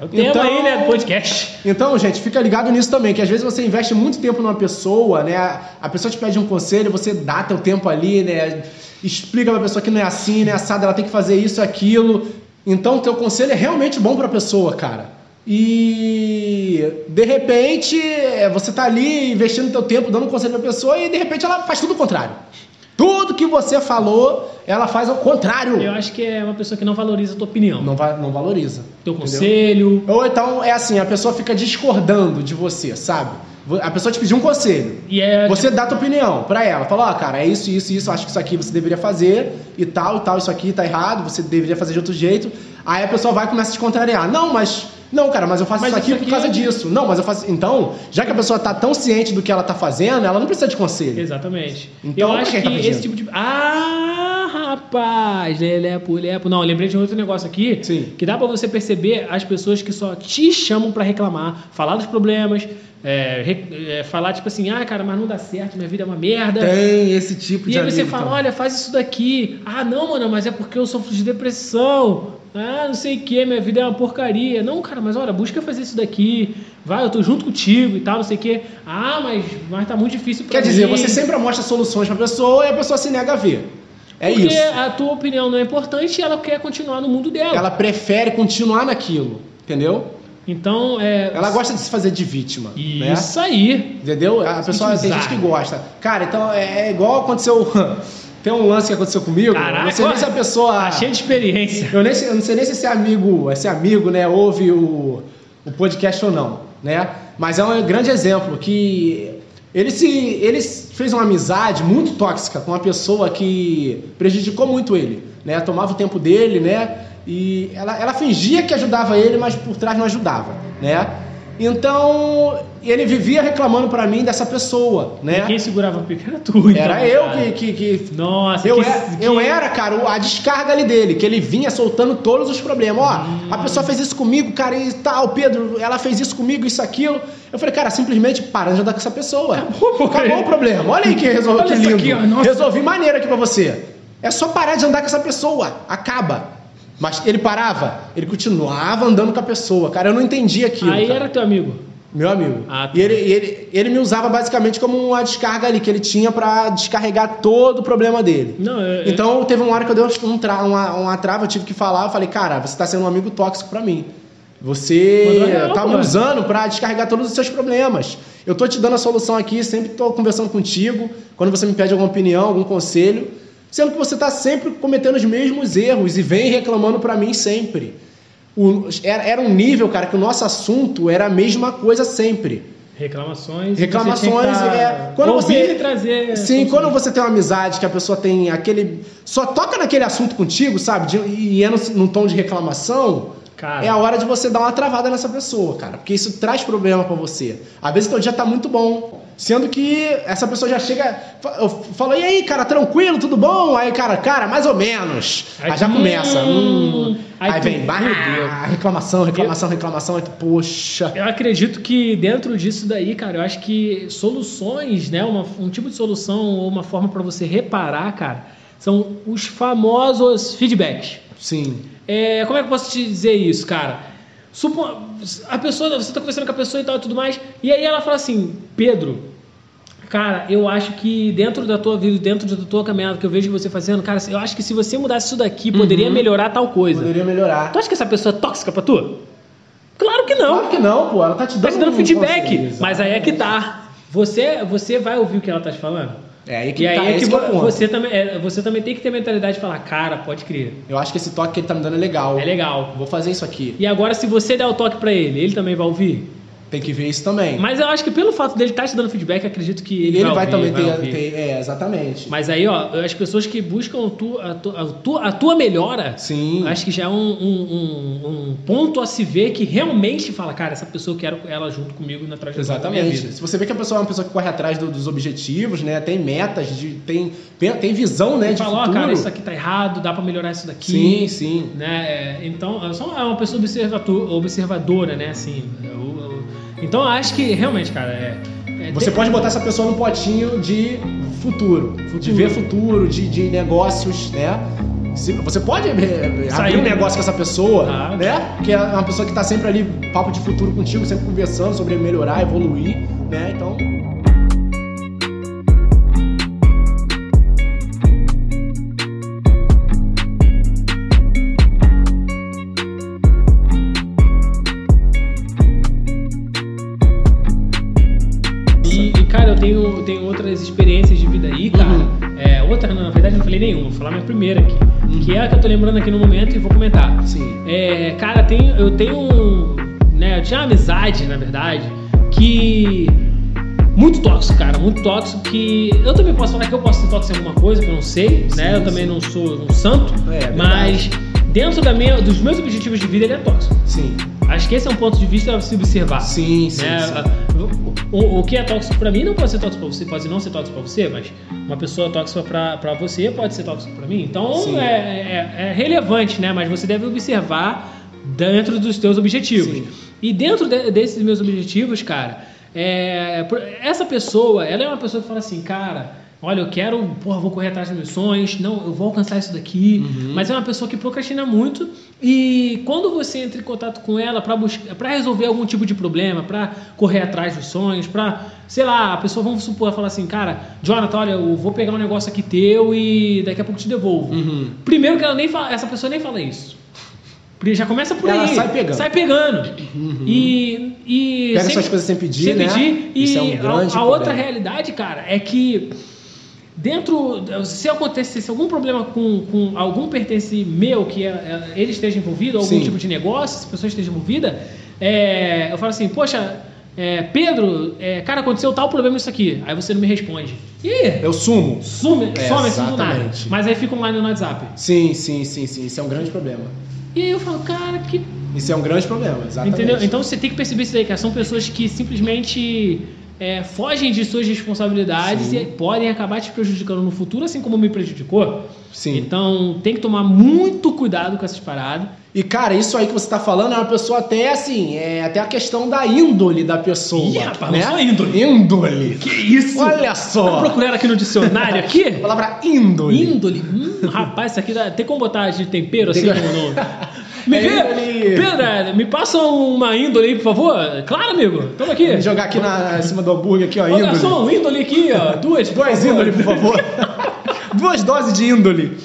A: É o tema
B: Então-
A: aí, né, do podcast.
B: Então, gente, fica ligado nisso também, que às vezes você investe muito tempo numa pessoa, né? A pessoa te pede um conselho, você dá teu tempo ali, né? Explica pra pessoa que não é assim, né? Assada, ela tem que fazer isso, aquilo. Então, teu conselho é realmente bom pra pessoa, cara. E de repente, é, você tá ali investindo teu tempo, dando um conselho pra pessoa e de repente ela faz tudo o contrário. Tudo que você falou, ela faz ao contrário.
A: Eu acho que é uma pessoa que não valoriza a tua opinião,
B: Não, va- não valoriza.
A: teu
B: entendeu?
A: conselho.
B: Ou então é assim, a pessoa fica discordando de você, sabe? Vo- A pessoa te pediu um conselho.
A: E é
B: Você dá a tua opinião pra ela, fala, ó, cara, é isso, isso, isso, acho que isso aqui você deveria fazer, e tal, e tal, isso aqui tá errado, você deveria fazer de outro jeito. Aí a pessoa vai e começa a te contrariar. Não, mas. Não, cara, mas eu faço
A: Mas
B: isso aqui
A: isso
B: por
A: aqui
B: causa
A: é-
B: disso. Não, mas eu faço. Então, já que a pessoa tá tão ciente do que ela tá fazendo, ela não precisa de conselho.
A: Exatamente.
B: Então,
A: eu
B: pra
A: acho
B: quem
A: que
B: tá pedindo?
A: esse tipo de. Ah, rapaz! é, Lelepo, lepo. Não, lembrei de um outro negócio aqui.
B: Sim.
A: Que dá pra você perceber as pessoas que só te chamam pra reclamar, falar dos problemas, é, re- é, falar tipo assim, ah, cara, mas não dá certo, minha vida é uma merda.
B: Tem esse tipo de.
A: E aí você
B: amigo
A: fala,
B: também.
A: olha, faz isso daqui. Ah, não, mano, mas é porque eu sofro de depressão. Ah, não sei o que, minha vida é uma porcaria. Não, cara, mas olha, busca fazer isso daqui. Vai, eu tô junto contigo e tal, não sei o que. Ah, mas, mas tá muito difícil pra
B: Quer dizer,
A: mim.
B: você sempre mostra soluções pra pessoa e a pessoa se nega a ver. É
A: porque
B: isso.
A: a tua opinião não é importante e ela quer continuar no mundo dela.
B: Ela prefere continuar naquilo, entendeu?
A: Então, é...
B: Ela gosta de se fazer de vítima, né?
A: Isso aí.
B: Entendeu? A pessoa tem
A: Vitimizar.
B: gente que gosta. Cara, então é é igual aconteceu. Tem um lance que aconteceu comigo. eu não sei nem se a pessoa.
A: Tá cheio de experiência.
B: Eu, nem, sei- eu não sei nem se esse amigo, esse amigo, né, ouve o, o podcast ou não, né? Mas é um grande exemplo que ele se ele fez uma amizade muito tóxica com uma pessoa que prejudicou muito ele, né? Tomava o tempo dele, né? E ela, ela fingia que ajudava ele, mas por trás não ajudava, né? Então ele vivia reclamando pra mim dessa pessoa,
A: E
B: né?
A: Quem segurava o pique era tu, então,
B: Era eu
A: cara.
B: que- que, que
A: Nossa,
B: eu,
A: que,
B: era,
A: que-
B: eu era, cara, o- a descarga ali dele, que ele vinha soltando todos os problemas. Ó, a pessoa fez isso comigo, cara, e tal, Pedro, ela fez isso comigo, isso, aquilo. Eu falei, cara, simplesmente para de andar com essa pessoa.
A: Acabou,
B: Acabou o problema. Olha aí que resolveu,
A: Olha
B: que
A: isso
B: lindo.
A: aqui, ó, nossa.
B: Resolvi maneiro aqui pra você. É só parar de andar com essa pessoa. Acaba. Mas ele parava, ele continuava andando com a pessoa, cara. Eu não entendi aquilo.
A: Aí
B: cara.
A: era teu amigo.
B: Meu amigo.
A: Ah, tá.
B: E ele, e ele, ele me usava basicamente como uma descarga ali, que ele tinha pra descarregar todo o problema dele.
A: Não, eu, eu-
B: Então teve uma hora que eu dei um tra- uma, uma trava, eu tive que falar, eu falei, cara, você tá sendo um amigo tóxico pra mim.
A: Mandou
B: Você
A: real,
B: tá me
A: pô.
B: usando pra descarregar todos os seus problemas. Eu tô te dando a solução aqui, sempre tô conversando contigo, quando você me pede alguma opinião, algum conselho, sendo que você tá sempre cometendo os mesmos erros e vem reclamando pra mim sempre. O- era, era um nível, cara, que o nosso assunto era a mesma coisa sempre.
A: Reclamações.
B: Reclamações,
A: você tem que
B: é, quando
A: ouvir
B: você-
A: e trazer.
B: Sim, quando você tem uma amizade que a pessoa tem aquele. só toca naquele assunto contigo, sabe? De- e é num, num tom de reclamação,
A: Cara,
B: é a hora de você dar uma travada nessa pessoa, cara. Porque isso traz problema pra você. Às vezes teu dia tá muito bom. Sendo que essa pessoa já chega. fa- Eu falo, e aí, cara, tranquilo, tudo bom? Aí, cara, cara, mais ou menos. Aí,
A: Aí
B: já
A: tu-
B: começa. hum. aí
A: Aí tu-
B: vem, bah,
A: meu Deus.
B: reclamação, reclamação, reclamação. Aí tu, poxa.
A: eu acredito que dentro disso daí, cara, eu acho que soluções, né? uma- um tipo de solução ou uma forma pra você reparar, cara, são os famosos feedbacks.
B: Sim.
A: É, como é que eu posso te dizer isso, cara? Supo... A pessoa, você tá conversando com a pessoa e tal e tudo mais, e aí ela fala assim, Pedro, cara, eu acho que dentro da tua vida, dentro da tua caminhada que eu vejo você fazendo, cara, eu acho que se você mudasse isso daqui, poderia melhorar tal coisa.
B: Uhum. Poderia melhorar.
A: Tu acha que essa pessoa é tóxica pra tu? Claro que não.
B: Claro que não, pô. Ela tá te dando,
A: Então, Tá te dando
B: um
A: feedback.
B: conselho,
A: Mas aí é que tá. Você, você vai ouvir o que ela tá te falando?
B: É, aí que
A: E aí
B: tá,
A: é que
B: esse é o ponto.
A: você também, é, você também tem que ter mentalidade de falar, cara, pode crer,
B: Eu acho que esse toque que ele tá me dando é legal.
A: é legal.
B: Vou fazer isso aqui.
A: E agora, se você der o toque pra ele, ele também vai ouvir?
B: Tem que ver isso também.
A: Mas eu acho que pelo fato dele estar te dando feedback, eu acredito que ele,
B: ele vai,
A: ouvir,
B: também ter,
A: ouvir.
B: ter- É, exatamente.
A: Mas aí, ó, as pessoas que buscam tu- a, tu- a tu- a tua melhora,
B: Sim.
A: acho que já é um, um- um- um ponto a se ver que realmente fala, cara, essa pessoa eu quero ela junto comigo na trajetória da é minha
B: Exatamente.
A: vida.
B: Se você vê que a pessoa é uma pessoa que corre atrás do- dos objetivos, né? Tem metas, de, tem, tem, tem visão, né? De
A: Fala, ó,
B: futuro.
A: cara, isso aqui tá errado, dá pra melhorar isso daqui.
B: Sim, sim.
A: né? É, Então, eu sou- é uma pessoa observatu- observadora, né? Assim, eu- eu- então, eu acho que realmente, cara, é. é,
B: Você
A: tem-
B: pode botar essa pessoa num potinho de futuro, de
A: Futuro.
B: ver futuro, de, de negócios, né? Se- Você pode eh,
A: Sair.
B: abrir um negócio com essa pessoa,
A: Tá.
B: né? Porque é uma pessoa que tá sempre ali, papo de futuro contigo, sempre conversando sobre melhorar, evoluir, né? Então,
A: E, e, cara, eu tenho, tenho outras experiências de vida aí, cara.
B: Uhum.
A: É, outra, na verdade, eu não falei nenhuma, vou falar minha primeira aqui.
B: Uhum.
A: Que é a que eu tô lembrando aqui no momento e vou comentar.
B: assim,
A: É, cara, tem, eu tenho. um, Né, eu tinha uma amizade, na verdade, que. Muito tóxico, cara, muito tóxico. Que eu também posso falar que eu posso ser tóxico em alguma coisa, que eu não sei,
B: Sim,
A: né? Eu
B: sim.
A: também não sou um santo,
B: É, é
A: mas dentro da minha, dos meus objetivos de vida, ele é tóxico.
B: sim,
A: Acho que esse é um ponto de vista a se observar.
B: sim, sim.
A: né?
B: sim.
A: O, o- o que é tóxico pra mim não pode ser tóxico pra você, pode não ser tóxico pra você, mas uma pessoa tóxica pra, pra você pode ser tóxico pra mim.
B: Sim.
A: Então é, é- é relevante, né? Mas você deve observar dentro dos seus objetivos.
B: Sim.
A: E dentro de- desses meus objetivos, cara, é, por- essa pessoa, ela é uma pessoa que fala assim, cara. Olha, eu quero, porra, vou correr atrás dos meus sonhos, não, eu vou alcançar isso daqui.
B: Uhum.
A: Mas é uma pessoa que procrastina muito e quando você entra em contato com ela pra buscar, para resolver algum tipo de problema, pra correr atrás dos sonhos, pra, sei lá, a pessoa vamos supor falar assim, cara, Jonathan, olha, eu vou pegar um negócio aqui teu e daqui a pouco te devolvo.
B: Uhum.
A: Primeiro que ela nem fala, essa pessoa nem fala isso. Porque Já começa por
B: Ela
A: aí.
B: sai pegando. Uhum.
A: Sai pegando. E, e
B: Pega
A: sempre-
B: suas coisas sem pedir,
A: sem
B: né?
A: pedir. E
B: Isso é um
A: a-
B: grande
A: a,
B: problema.
A: outra realidade, cara, é que dentro. Se acontecesse algum problema com, com algum pertence meu que é, é, ele esteja envolvido, algum
B: Sim.
A: tipo de negócio, se a pessoa esteja envolvida, é, eu falo assim, poxa. é, Pedro, é, cara, aconteceu tal problema isso aqui. Aí você não me responde. E aí?
B: Eu sumo.
A: Some,
B: É,
A: some assim do nada.
B: exatamente.
A: Mas aí fica online no WhatsApp.
B: Sim, sim, sim, sim. Isso é um grande problema.
A: E aí eu falo, cara, que.
B: Isso é um grande problema, exatamente.
A: Entendeu? Então você tem que perceber isso aí, cara. São pessoas que simplesmente é, fogem de suas responsabilidades
B: Sim.
A: e podem acabar te prejudicando no futuro, assim como me prejudicou.
B: Sim.
A: Então tem que tomar muito cuidado com essas paradas.
B: E, cara, isso aí que você tá falando é uma pessoa até assim, é até a questão da índole da pessoa.
A: Ih, rapaz,
B: né?
A: não sou índole.
B: Índole.
A: Que isso?
B: Olha
A: Tá
B: só.
A: procurando aqui no dicionário aqui?
B: A palavra índole.
A: Índole. Hum, rapaz, isso aqui dá... tem como botar de tempero assim
B: Tem-
A: como no. Me
B: É
A: vê,
B: índole.
A: Pedro, é, me passa uma índole aí, por favor. Claro, amigo. Toma aqui.
B: Vamos jogar aqui na, em cima do hambúrguer aqui, ó,
A: Ô,
B: índole.
A: garçom, um índole aqui, ó. Duas. por
B: Duas
A: favor.
B: índole, por favor. Duas doses de índole.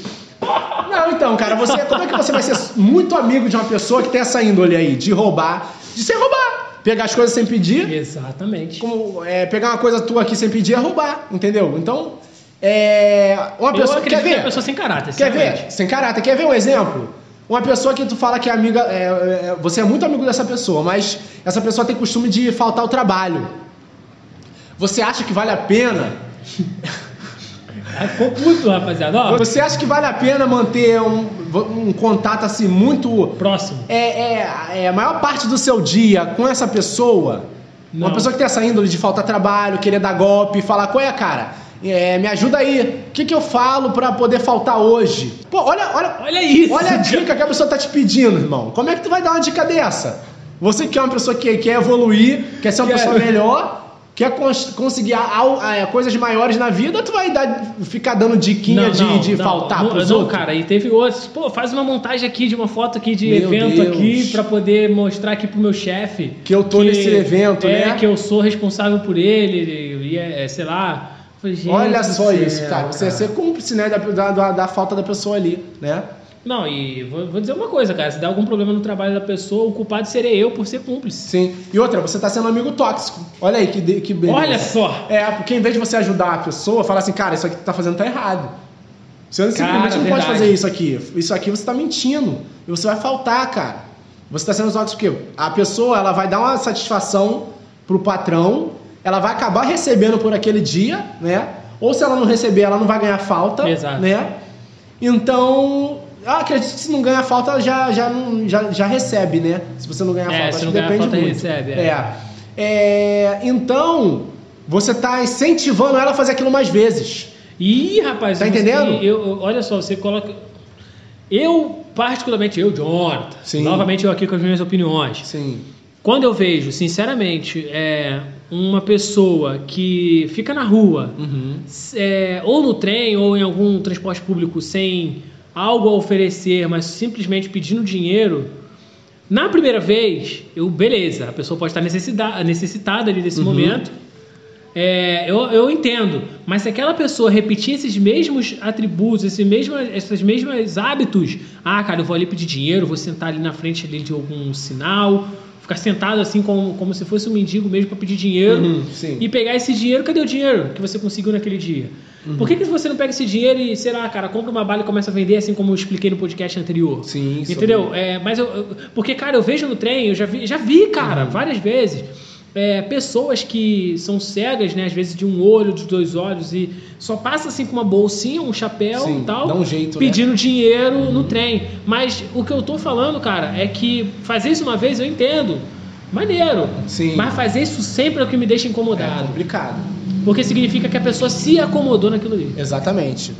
B: Não, então, cara, você, como é que você vai ser muito amigo de uma pessoa que tem essa índole aí? De roubar, de ser roubar. Pegar as coisas sem pedir.
A: Exatamente.
B: como é, pegar uma coisa tua aqui sem pedir é roubar, entendeu? Então, é, uma
A: Eu
B: pessoa
A: acredito
B: quer
A: que é
B: ver,
A: pessoa sem caráter.
B: quer
A: sinceramente.
B: ver, sem caráter, quer ver um exemplo? Uma pessoa que tu fala que é amiga, é, é, você é muito amigo dessa pessoa, mas essa pessoa tem costume de faltar ao trabalho. Você acha que vale a pena?
A: Aí Ficou puto, rapaziada. Ó,
B: Você acha que vale a pena manter um, um contato assim muito
A: próximo.
B: é, é, é, a maior parte do seu dia com essa pessoa, uma
A: Não.
B: pessoa que tem essa índole de faltar trabalho, querer dar golpe, falar, qual é, cara? É, me ajuda aí. O que, que eu falo pra poder faltar hoje? Pô, olha, olha,
A: Olha isso.
B: olha a
A: cara.
B: dica que a pessoa tá te pedindo, irmão. Como é que tu vai dar uma dica dessa? Você que é uma pessoa que quer evoluir, quer ser uma
A: Quero.
B: pessoa melhor, Quer cons- conseguir al- é, coisas maiores na vida, tu vai dar- ficar dando diquinha de, de faltar
A: não,
B: pros
A: não,
B: outros?
A: cara, e teve outros. Pô, faz uma montagem aqui de uma foto aqui de
B: Meu
A: evento
B: Deus.
A: aqui pra poder mostrar aqui pro meu chefe.
B: Que eu tô nesse evento,
A: é,
B: né?
A: que eu sou responsável por ele, e é, é, sei lá. Eu falei, gente
B: Olha
A: do
B: só
A: céu,
B: isso, cara. Você é ser cúmplice, né, da, da, da- da falta da pessoa ali, né?
A: Não, e vou, vou dizer uma coisa, cara. Se der algum problema no trabalho da pessoa, o culpado seria eu por ser cúmplice.
B: Sim. E outra, você tá sendo um amigo tóxico. Olha aí que, de- que beleza.
A: Olha só!
B: É, porque em vez de você ajudar a pessoa, fala assim, cara, isso aqui que tu tá fazendo tá errado. Você simplesmente não pode
A: verdade.
B: fazer isso aqui. Isso aqui você tá mentindo. E você vai faltar, cara. Você tá sendo tóxico porque a pessoa ela vai dar uma satisfação pro patrão, ela vai acabar recebendo por aquele dia, né? Ou se ela não receber, ela não vai ganhar falta,
A: Exato.
B: né? Então, eu acredito que se não ganhar falta, ela já, já, não- já, já recebe, né? Se você não ganhar
A: É,
B: falta,
A: se
B: acho
A: não
B: que
A: ganhar
B: depende
A: falta,
B: muito.
A: recebe, é.
B: É. É, Então, você tá incentivando ela a fazer aquilo mais vezes.
A: Ih, rapaz,
B: Tá
A: você-
B: entendendo?
A: eu- eu- olha só, você coloca. Eu, particularmente, eu, Jonathan,
B: Sim.
A: novamente eu aqui com as minhas opiniões.
B: Sim.
A: Quando eu vejo, sinceramente, é, uma pessoa que fica na rua,
B: Uhum.
A: é, ou no trem, ou em algum transporte público, sem algo a oferecer, mas simplesmente pedindo dinheiro, na primeira vez, eu, beleza, a pessoa pode estar necessida- necessitada ali nesse
B: Uhum.
A: momento. É, eu, eu entendo, mas se aquela pessoa repetir esses mesmos atributos, esses mesmos, esses mesmos hábitos, ah, cara, eu vou ali pedir dinheiro, vou sentar ali na frente ali de algum sinal, ficar sentado assim como, como se fosse um mendigo mesmo para pedir dinheiro,
B: Uhum, sim.
A: e pegar esse dinheiro, cadê o dinheiro que você conseguiu naquele dia?
B: Uhum.
A: Por que, que você não pega esse dinheiro e, sei lá, cara, compra uma bala e começa a vender, assim como eu expliquei no podcast anterior?
B: Sim, sobre-
A: Entendeu? É, mas eu, eu- Porque, cara, eu vejo no trem, eu já vi, já vi
B: Uhum.
A: cara, várias vezes. é, pessoas que são cegas, né? Às vezes de um olho, de dois olhos, e só passa assim com uma bolsinha, um chapéu
B: Sim,
A: e tal
B: dá um jeito, né? Uhum.
A: pedindo dinheiro no trem. Mas o que eu tô falando, cara, é que fazer isso uma vez eu entendo. Maneiro.
B: Sim.
A: Mas fazer isso sempre é o que me deixa
B: É
A: incomodado.
B: complicado.
A: Porque significa que a pessoa se acomodou naquilo ali.
B: Exatamente.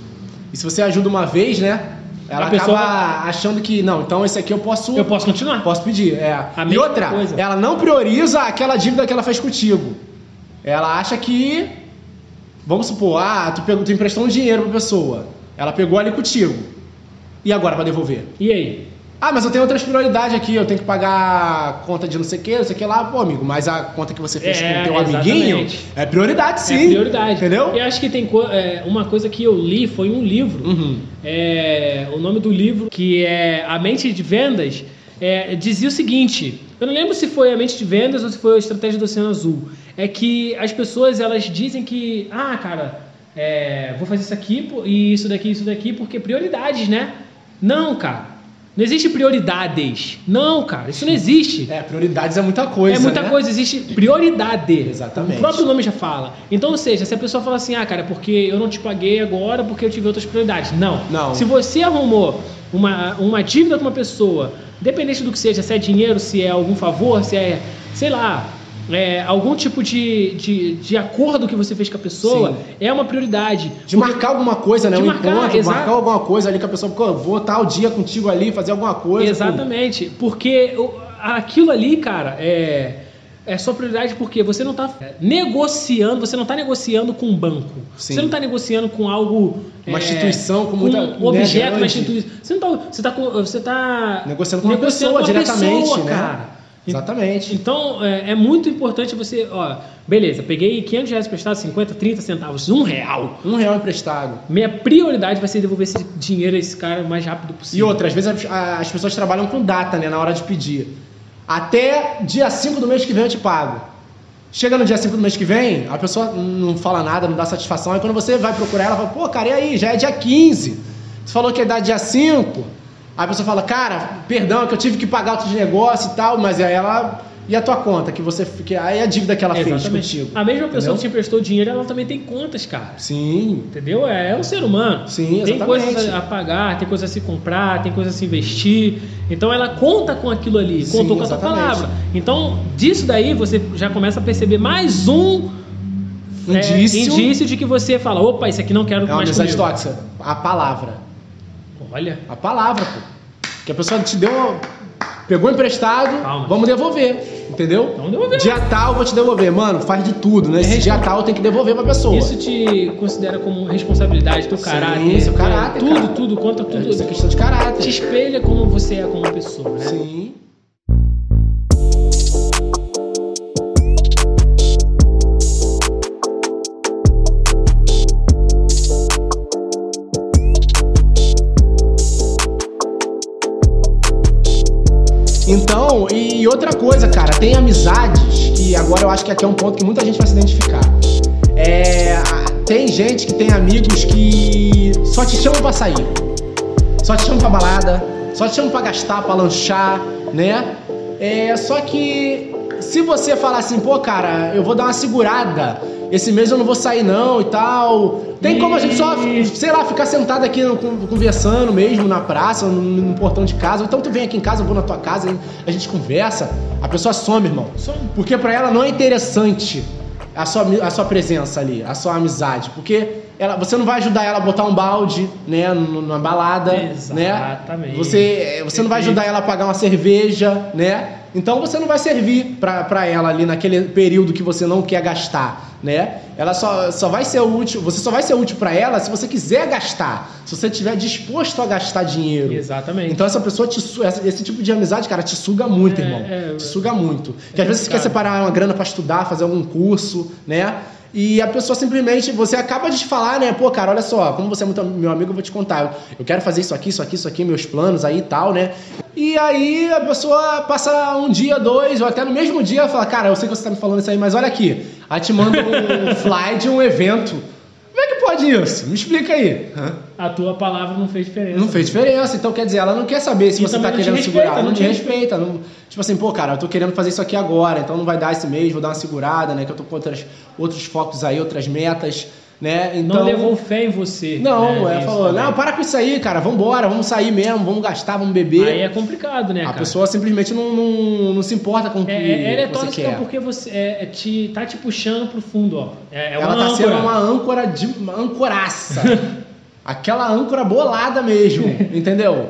B: E se você ajuda uma vez, né? Ela
A: A pessoa-
B: acaba achando que, não, então esse aqui eu posso.
A: Eu posso continuar?
B: Posso pedir, é.
A: A
B: e
A: mesma
B: outra,
A: coisa.
B: ela não prioriza aquela dívida que ela fez contigo. Ela acha que. Vamos supor, ah, tu, pegou, tu emprestou um dinheiro pra pessoa. Ela pegou ali contigo. E agora pra devolver?
A: E aí?
B: Ah, mas eu tenho outras prioridades aqui, eu tenho que pagar a conta de não sei o que, não sei o que lá. Pô, amigo, mas a conta que você fez
A: É,
B: com o teu
A: exatamente.
B: amiguinho é prioridade, sim.
A: É prioridade.
B: Entendeu?
A: Eu acho que tem co- é, uma coisa que eu li, foi um livro.
B: Uhum.
A: É, o nome do livro, que é A Mente de Vendas, é, dizia o seguinte: eu não lembro se foi A Mente de Vendas ou se foi a Estratégia do Oceano Azul. É que as pessoas elas dizem que, ah, cara, é, vou fazer isso aqui pô, e isso daqui, isso daqui, porque prioridades, né? Não, cara. Não existe prioridades. Não, cara, isso não existe.
B: É, prioridades é muita coisa.
A: É muita
B: né?
A: coisa, existe prioridade.
B: Exatamente.
A: O próprio nome já fala. Então, ou seja, se a pessoa fala assim, ah, cara, porque eu não te paguei agora porque eu tive outras prioridades. Não.
B: Não.
A: Se você arrumou uma, uma dívida com uma pessoa, independente do que seja, se é dinheiro, se é algum favor, se é, sei lá, é, algum tipo de, de, de acordo que você fez com a pessoa,
B: Sim.
A: é uma prioridade.
B: De marcar alguma coisa, né?
A: De
B: um
A: marcar,
B: encontro,
A: exato.
B: marcar alguma coisa ali com a pessoa, pô, eu vou estar o dia contigo ali, fazer alguma coisa. pô.
A: Exatamente, porque o- aquilo ali, cara, é, é sua prioridade porque você não tá negociando, você não tá negociando com um banco.
B: Sim.
A: Você não tá negociando com algo.
B: Uma
A: é,
B: instituição com
A: com
B: muita,
A: um
B: né,
A: objeto, uma
B: grande.
A: instituição. Você não tá. Você tá, com- você tá
B: Negociando com uma
A: negociando
B: pessoa
A: com uma
B: diretamente,
A: pessoa,
B: né?
A: cara.
B: Exatamente.
A: Então, é, é muito importante você, ó, beleza, peguei 500 reais prestado, 50, 30 centavos, um real.
B: Um real emprestado.
A: Minha prioridade vai ser devolver esse dinheiro a esse cara o mais rápido possível.
B: E outra, às vezes as- as pessoas trabalham com data, né, na hora de pedir. Até dia 5 do mês que vem eu te pago. Chega no dia 5 do mês que vem, a pessoa não fala nada, não dá satisfação. Aí quando você vai procurar ela, fala, pô, cara, e aí? Já é dia 15. Você falou que ia dar dia 5. Aí a pessoa fala, cara, perdão, é que eu tive que pagar outro negócio e tal, mas aí ela. E a tua conta, que você. Que, aí é a dívida que ela fez
A: Exatamente.
B: contigo.
A: A mesma pessoa
B: Entendeu?
A: que te emprestou dinheiro, ela também tem contas, cara.
B: Sim,
A: Entendeu? É, é um ser humano.
B: Sim,
A: tem
B: exatamente.
A: coisas a pagar, tem coisas a se comprar, tem coisas a se investir. Então ela conta com aquilo ali,
B: Sim,
A: contou com essa
B: exatamente.
A: palavra. Então, disso daí você já começa a perceber mais um é,
B: Indício.
A: indício de que você fala, opa, isso aqui não quero
B: é uma
A: mais
B: amizade
A: comigo.
B: tóxica. A palavra.
A: Olha,
B: A palavra, pô. Que a pessoa te deu. Pegou emprestado,
A: Palmas.
B: vamos devolver. Entendeu?
A: Então devolver.
B: Dia tal eu vou te devolver. Mano, faz de tudo, né? Esse dia tal tem que devolver pra pessoa.
A: Isso te considera como responsabilidade, teu
B: Sim,
A: caráter.
B: seu caráter,
A: Tudo,
B: cara.
A: tudo, conta
B: É,
A: tudo.
B: Isso é
A: Te
B: questão de caráter.
A: espelha como você é como pessoa, né?
B: Sim. Então, e outra coisa, cara, tem amizades que agora eu acho que aqui é um ponto que muita gente vai se identificar. É, a- tem gente que tem amigos que só te chamam pra sair só te chama pra balada, só te chama pra gastar, pra lanchar, né? É, só que se você falar assim, pô, cara, eu vou dar uma segurada, esse mês eu não vou sair não e tal. Tem como a gente só, sei lá, ficar sentado aqui no- con- conversando mesmo na praça, no, no portão de casa. Então tu vem aqui em casa, eu vou na tua casa, a gente conversa. A pessoa some, irmão.
A: Só um
B: Porque pra ela não é interessante a sua, ami- a sua presença ali, a sua amizade. Porque ela, você não vai ajudar ela a botar um balde, né, n- numa balada, né?
A: Exatamente.
B: Você, eh, você não vai ajudar ela a pagar uma cerveja, né? Então você não vai servir pra, pra ela ali naquele período que você não quer gastar, né? Ela só, só vai ser útil, você só vai ser útil pra ela se você quiser gastar, se você estiver disposto a gastar dinheiro.
A: Exatamente.
B: Então essa pessoa te su- essa- esse tipo de amizade, cara, te suga muito,
A: É,
B: irmão.
A: é.
B: te suga muito. Porque às vezes você
A: complicado.
B: quer separar uma grana pra estudar, fazer algum curso, né? E a pessoa simplesmente, você acaba de falar, né? Pô, cara, olha só, como você é muito meu amigo, eu vou te contar. Eu, eu quero fazer isso aqui, isso aqui, isso aqui, meus planos aí e tal, né? E aí a pessoa passa um dia, dois, ou até no mesmo dia, fala, cara, eu sei que você tá me falando isso aí, mas olha aqui. Aí te manda um flyer de um evento. Como é que pode isso? Me explica aí.
A: A tua palavra não fez diferença.
B: Não fez diferença, então quer dizer, ela não quer saber se
A: E
B: você tá
A: também não te
B: querendo
A: respeita,
B: segurar, ela
A: não
B: não te
A: te
B: respeita. não- tipo assim, pô, cara, eu tô querendo fazer isso aqui agora, então não vai dar esse mês, vou dar uma segurada, né? Que eu tô com outras, outros focos aí, outras metas, né? Então.
A: Não levou fé em você.
B: Não,
A: né?
B: ela
A: Isso
B: falou,
A: também.
B: não, para com isso aí, cara, vambora, vamos sair mesmo, vamos gastar, vamos beber.
A: Aí é complicado, né,
B: a
A: cara?
B: pessoa simplesmente não, não, não se importa com o que
A: É, é, ela é
B: você
A: tóxica
B: quer.
A: porque você é, é, te, tá te puxando pro fundo, ó. É, é
B: Ela
A: uma
B: tá sendo
A: âncora.
B: uma âncora de uma ancoraça. Aquela âncora bolada mesmo, entendeu?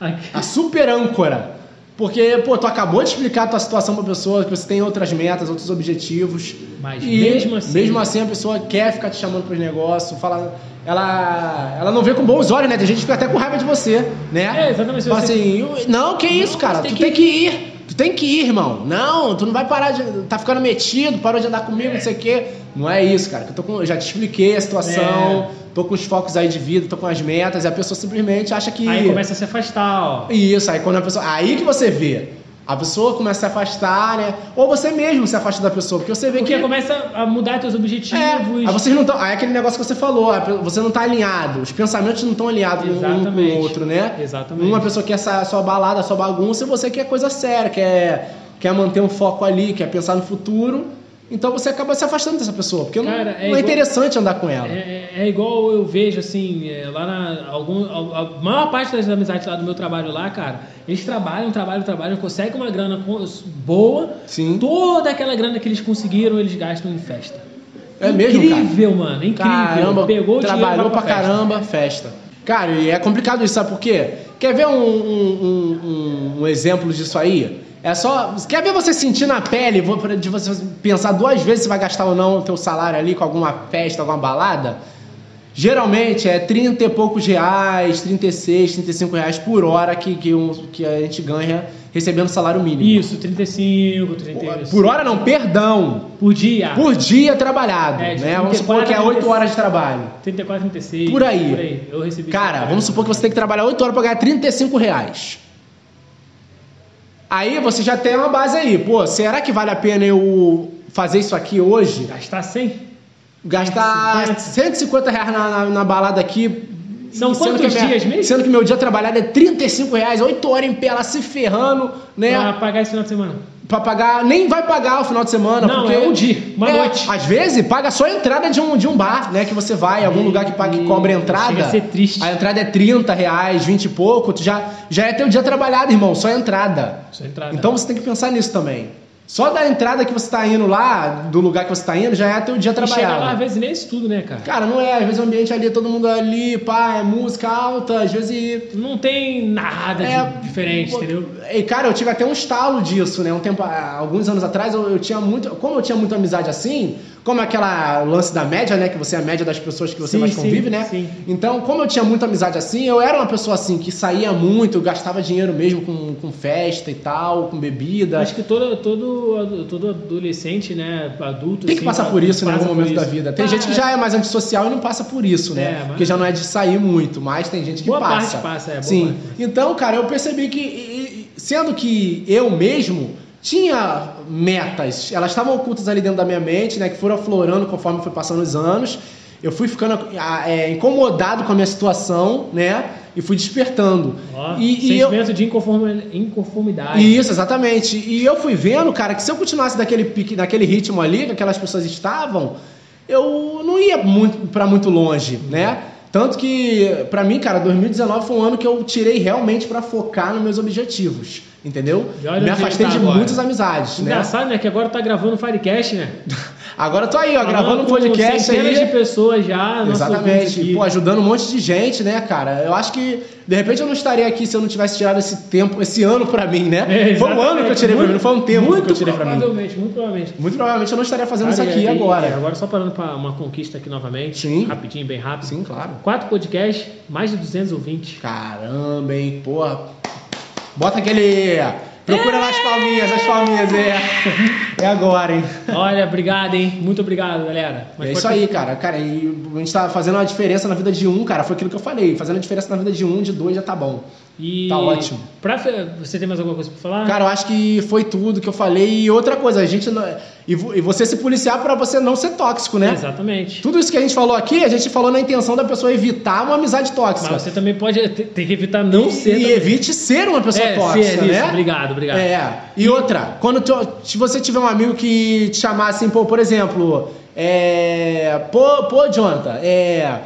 A: Aqui.
B: A super âncora. Porque, pô, tu acabou de explicar a tua situação pra pessoa, que você tem outras metas, outros objetivos.
A: Mas
B: e
A: mesmo assim-
B: Mesmo assim, a pessoa quer ficar te chamando pros negócios, fala. Ela, ela não vê com bons olhos, né? Tem gente que fica até com raiva de você, né?
A: É, exatamente.
B: Fala
A: Você-
B: assim, "Eu- não, que isso,
A: Não,
B: cara?
A: você
B: tu
A: tem
B: tem que ir. Tu tem que ir, irmão. Não, tu não vai parar de. Tá ficando metido, parou de andar comigo, não sei o quê. Não é isso, cara. que Eu, tô com- eu já te expliquei a
A: É.
B: situação, tô com os focos aí de vida, tô com as metas, e a pessoa simplesmente acha que.
A: Aí começa a se afastar, ó.
B: Isso, aí quando a pessoa. Aí que você vê. A pessoa começa a se afastar, né? Ou você mesmo se afasta da pessoa, porque você vê
A: Porque
B: que.
A: começa a mudar teus objetivos.
B: É, aí vocês não estão. Aí é aquele negócio que você falou, a pe- você não tá alinhado, os pensamentos não estão alinhados um com
A: Exatamente.
B: o outro, né?
A: Exatamente.
B: Uma pessoa quer essa sua balada, sua bagunça, e você quer coisa séria, quer, quer manter um foco ali, quer pensar no futuro. Então você acaba se afastando dessa pessoa, porque não-
A: Cara,
B: não,
A: é
B: é,
A: igual-
B: interessante andar com ela.
A: É, é- é igual eu vejo, assim, é, lá na. Algum, a, a maior parte das amizades lá do meu trabalho lá, cara, eles trabalham, trabalham, trabalham, conseguem uma grana co- boa.
B: Sim.
A: Toda aquela grana que eles conseguiram, eles gastam em festa.
B: É mesmo, cara?
A: Incrível, mano. Incrível.
B: Caramba,
A: Pegou o dinheiro,
B: trabalhou
A: vai
B: pra
A: festa.
B: caramba, festa. Cara, e é complicado isso, sabe por quê? Quer ver um, um- um- um exemplo disso aí? É só. Quer ver você sentir na pele, vo- de você pensar duas vezes se vai gastar ou não o teu salário ali com alguma festa, alguma balada? Geralmente é 30 e poucos reais, 36, 35 reais por hora que, que, um- que a gente ganha recebendo salário mínimo.
A: Isso, 35, 36.
B: Por hora não, perdão.
A: Por dia.
B: Por dia trabalhado,
A: É, de
B: né? Vamos
A: 34
B: supor que é
A: a
B: 8
A: 36.
B: horas de trabalho.
A: 34, 36.
B: Por aí.
A: Eu recebi.
B: Cara, vamos supor que você tem que trabalhar 8 horas pra ganhar 35 reais. Aí você já tem uma base aí. Pô, será que vale a pena eu fazer isso aqui hoje?
A: Gastar 100?
B: Gastar 150 reais na, na- na balada aqui.
A: São
B: sendo
A: quantos
B: que a minha-
A: dias mesmo?
B: Sendo que meu dia trabalhado é 35 reais, 8 horas em pé lá se ferrando, né?
A: Pra pagar esse final de semana.
B: Pra pagar, nem vai pagar o final de semana.
A: Não,
B: porque
A: é um dia, uma
B: É,
A: noite.
B: Às vezes, paga só a entrada de um, de um bar, né? Que você vai, algum lugar que, paga, que
A: Ih,
B: cobre a entrada.
A: Hum, chega a ser triste.
B: A entrada é 30 reais, 20 e pouco. Tu já, já é teu dia trabalhado, irmão, só a entrada.
A: Só entrada.
B: Então você tem que pensar nisso também. Só da entrada que você tá indo lá, do lugar que você tá indo, já é teu dia
A: E chegar lá, às
B: trabalhado.
A: vezes, nem é isso tudo, né, cara?
B: Cara, não é. Às vezes o ambiente ali, todo mundo ali, pá, é música alta, às vezes
A: Não tem nada de
B: É,
A: diferente,
B: pô,
A: entendeu?
B: E, cara, eu tive até um estalo disso, né? Um tempo, há alguns anos atrás, eu, eu tinha muito. Como eu tinha muita amizade assim, como aquela lance da média, né? Que você é a média das pessoas que você
A: Sim,
B: mais
A: sim,
B: convive, né?
A: sim.
B: Então, como eu tinha muita amizade assim, eu era uma pessoa assim que saía muito, eu gastava dinheiro mesmo com, com festa e tal, com bebida.
A: Acho que todo, todo, todo adolescente, né? Adulto.
B: Tem que
A: assim,
B: passar
A: pa-
B: por isso né, em
A: passa
B: algum
A: por
B: momento da
A: isso.
B: vida. Tem
A: Ah,
B: gente que já é mais antissocial e não passa por isso,
A: É,
B: né?
A: mas-
B: Porque já não é de sair muito, mas tem gente que
A: Boa
B: passa.
A: parte passa, é, boa
B: Sim.
A: parte passa.
B: Então, cara, eu percebi que, e- e- sendo que eu mesmo tinha metas, elas estavam ocultas ali dentro da minha mente, né? Que foram aflorando conforme foi passando os anos. Eu fui ficando ah, é, incomodado com a minha situação, né? E fui despertando.
A: Ó,
B: e, e eu-
A: sentimento de inconformi- inconformidade.
B: isso, exatamente. E eu fui vendo, cara, que se eu continuasse daquele pique, naquele ritmo ali que aquelas pessoas estavam, eu não ia muito para muito longe, né? Tanto que, pra mim, cara, 2019 foi um ano que eu tirei realmente pra focar nos meus objetivos, entendeu?
A: E olha onde
B: Me afastei
A: ele tá
B: de
A: agora.
B: muitas amizades, né?
A: Engraçado, né? Que agora tá gravando o Firecast, né?
B: Agora eu tô aí, ó, gravando um
A: Falando com
B: podcast
A: centenas de
B: aí.
A: pessoas já. nossos ouvintes
B: Exatamente.
A: aqui.
B: Pô, ajudando um monte de gente, né, cara? Eu acho que, de repente, eu não estaria aqui se eu não tivesse tirado esse tempo, esse ano pra mim, né?
A: É,
B: foi um ano que eu tirei pra
A: exatamente.
B: mim, não foi um tempo
A: muito
B: que eu tirei pra mim.
A: Provavelmente, muito provavelmente.
B: Muito provavelmente eu não estaria fazendo
A: Cara,
B: isso aqui
A: e- é e
B: agora.
A: Agora só parando para uma conquista aqui novamente.
B: Sim.
A: Rapidinho, bem rápido.
B: Sim, claro.
A: Quatro podcasts, mais de 220.
B: Caramba, hein? Porra. Bota aquele. Procura nas palminhas, as palminhas, é. É agora, hein?
A: Olha, obrigado, hein? Muito obrigado, galera.
B: é
A: pode
B: isso aí, cara. Cara, e a gente tá fazendo uma diferença na vida de um, cara. Foi aquilo que eu falei. Fazendo a diferença na vida de um, de dois já tá bom.
A: E
B: Tá ótimo.
A: Pra, você tem mais alguma coisa pra falar?
B: Cara, eu acho que foi tudo que eu falei. E outra coisa, a gente. não- E vo- e você se policiar pra você não ser tóxico, né?
A: Exatamente.
B: Tudo isso que a gente falou aqui, a gente falou na intenção da pessoa evitar uma amizade tóxica.
A: Mas você também pode ter ter que evitar não ser.
B: e
A: também.
B: evite ser uma pessoa
A: é,
B: tóxica,
A: ser,
B: né?
A: isso. Obrigado, obrigado.
B: É. E outra, quando tu- se você tiver um amigo que te chamar assim, pô, por exemplo, é. Pô, pô, Jonathan, é.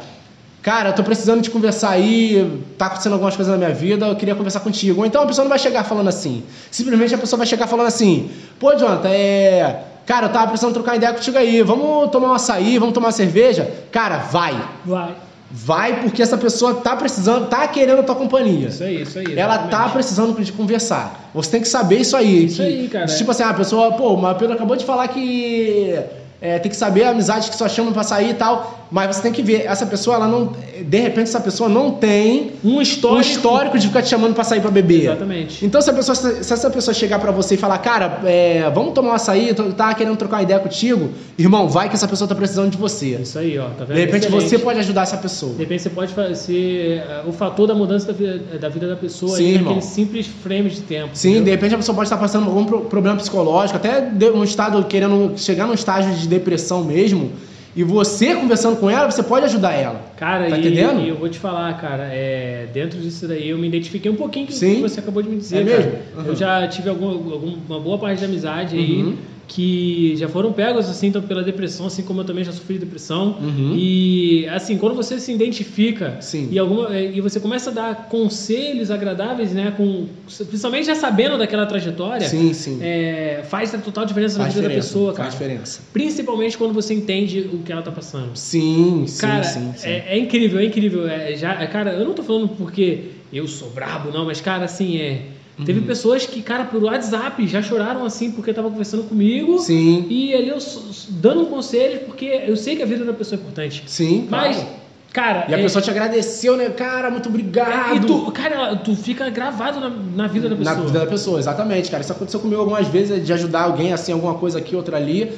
B: Cara, eu tô precisando de conversar aí, tá acontecendo algumas coisas na minha vida, eu queria conversar contigo. Ou então a pessoa não vai chegar falando assim. Simplesmente a pessoa vai chegar falando assim, pô, Jonathan, é. Cara, eu tava precisando trocar ideia contigo aí, vamos tomar um açaí, vamos tomar uma cerveja? Cara, vai.
A: Vai.
B: Vai porque essa pessoa tá precisando, tá querendo a tua companhia.
A: Isso aí, isso aí.
B: Ela
A: exatamente.
B: tá precisando de conversar. Você tem que saber isso aí.
A: Isso
B: que-
A: aí, cara.
B: Tipo assim, a pessoa, pô, mas o Pedro acabou de falar que é, tem que saber a amizade que só chamam pra sair e tal. Mas você tem que ver, essa pessoa, ela não. De repente, essa pessoa não tem
A: Um
B: um
A: histórico.
B: histórico de ficar te chamando pra sair pra beber.
A: Exatamente.
B: Então, se, a pessoa, se essa pessoa chegar pra você e falar, cara, é, vamos tomar um açaí, tô- tá querendo trocar uma ideia contigo, irmão, vai que essa pessoa tá precisando de você.
A: Isso aí, ó. Tá vendo?
B: De repente,
A: Excelente.
B: você pode ajudar essa pessoa.
A: De repente você pode fazer eh, o fator da mudança da vida da, vida da pessoa
B: Sim,
A: ali
B: irmão.
A: naquele simples frame de tempo.
B: Sim, de
A: entendeu?
B: repente a pessoa pode estar passando por algum pro- problema psicológico, até de- um estado querendo chegar num estágio de depressão mesmo. E você conversando com ela, você pode ajudar ela.
A: Cara,
B: Tá
A: e,
B: entendendo?
A: e eu vou te falar, cara, é, dentro disso daí eu me identifiquei um pouquinho com o que
B: Sim.
A: você acabou de me dizer.
B: É
A: cara.
B: mesmo? Uhum.
A: Eu já tive algum, algum- uma boa parte de amizade aí
B: Uhum.
A: que já foram pegos assim então, pela depressão, assim como eu também já sofri depressão.
B: Uhum.
A: E assim, quando você se identifica
B: Sim.
A: e alguma é, e você começa a dar conselhos agradáveis, né, com principalmente já sabendo daquela trajetória,
B: Sim, sim.
A: é, faz a total diferença na
B: faz
A: vida da
B: diferença.
A: pessoa, cara.
B: faz diferença.
A: Principalmente quando você entende o que ela tá passando.
B: Sim, sim,
A: cara,
B: sim. sim.
A: É, é incrível, é incrível. É, já, é, cara, eu não tô falando porque eu sou brabo, não, mas, cara, assim, é.
B: Uhum.
A: Teve pessoas que, cara, por WhatsApp já choraram assim porque tava conversando comigo.
B: Sim,
A: E ali eu s- s- dando um conselho, porque eu sei que a vida da pessoa é importante.
B: sim.
A: Mas,
B: claro.
A: cara.
B: E a
A: é-
B: pessoa te agradeceu, né? Cara, muito obrigado.
A: e tu, cara, tu fica gravado na, na vida da
B: Na
A: pessoa.
B: vida da pessoa, exatamente, cara. Isso aconteceu comigo algumas vezes, de ajudar alguém, assim, alguma coisa aqui, outra ali.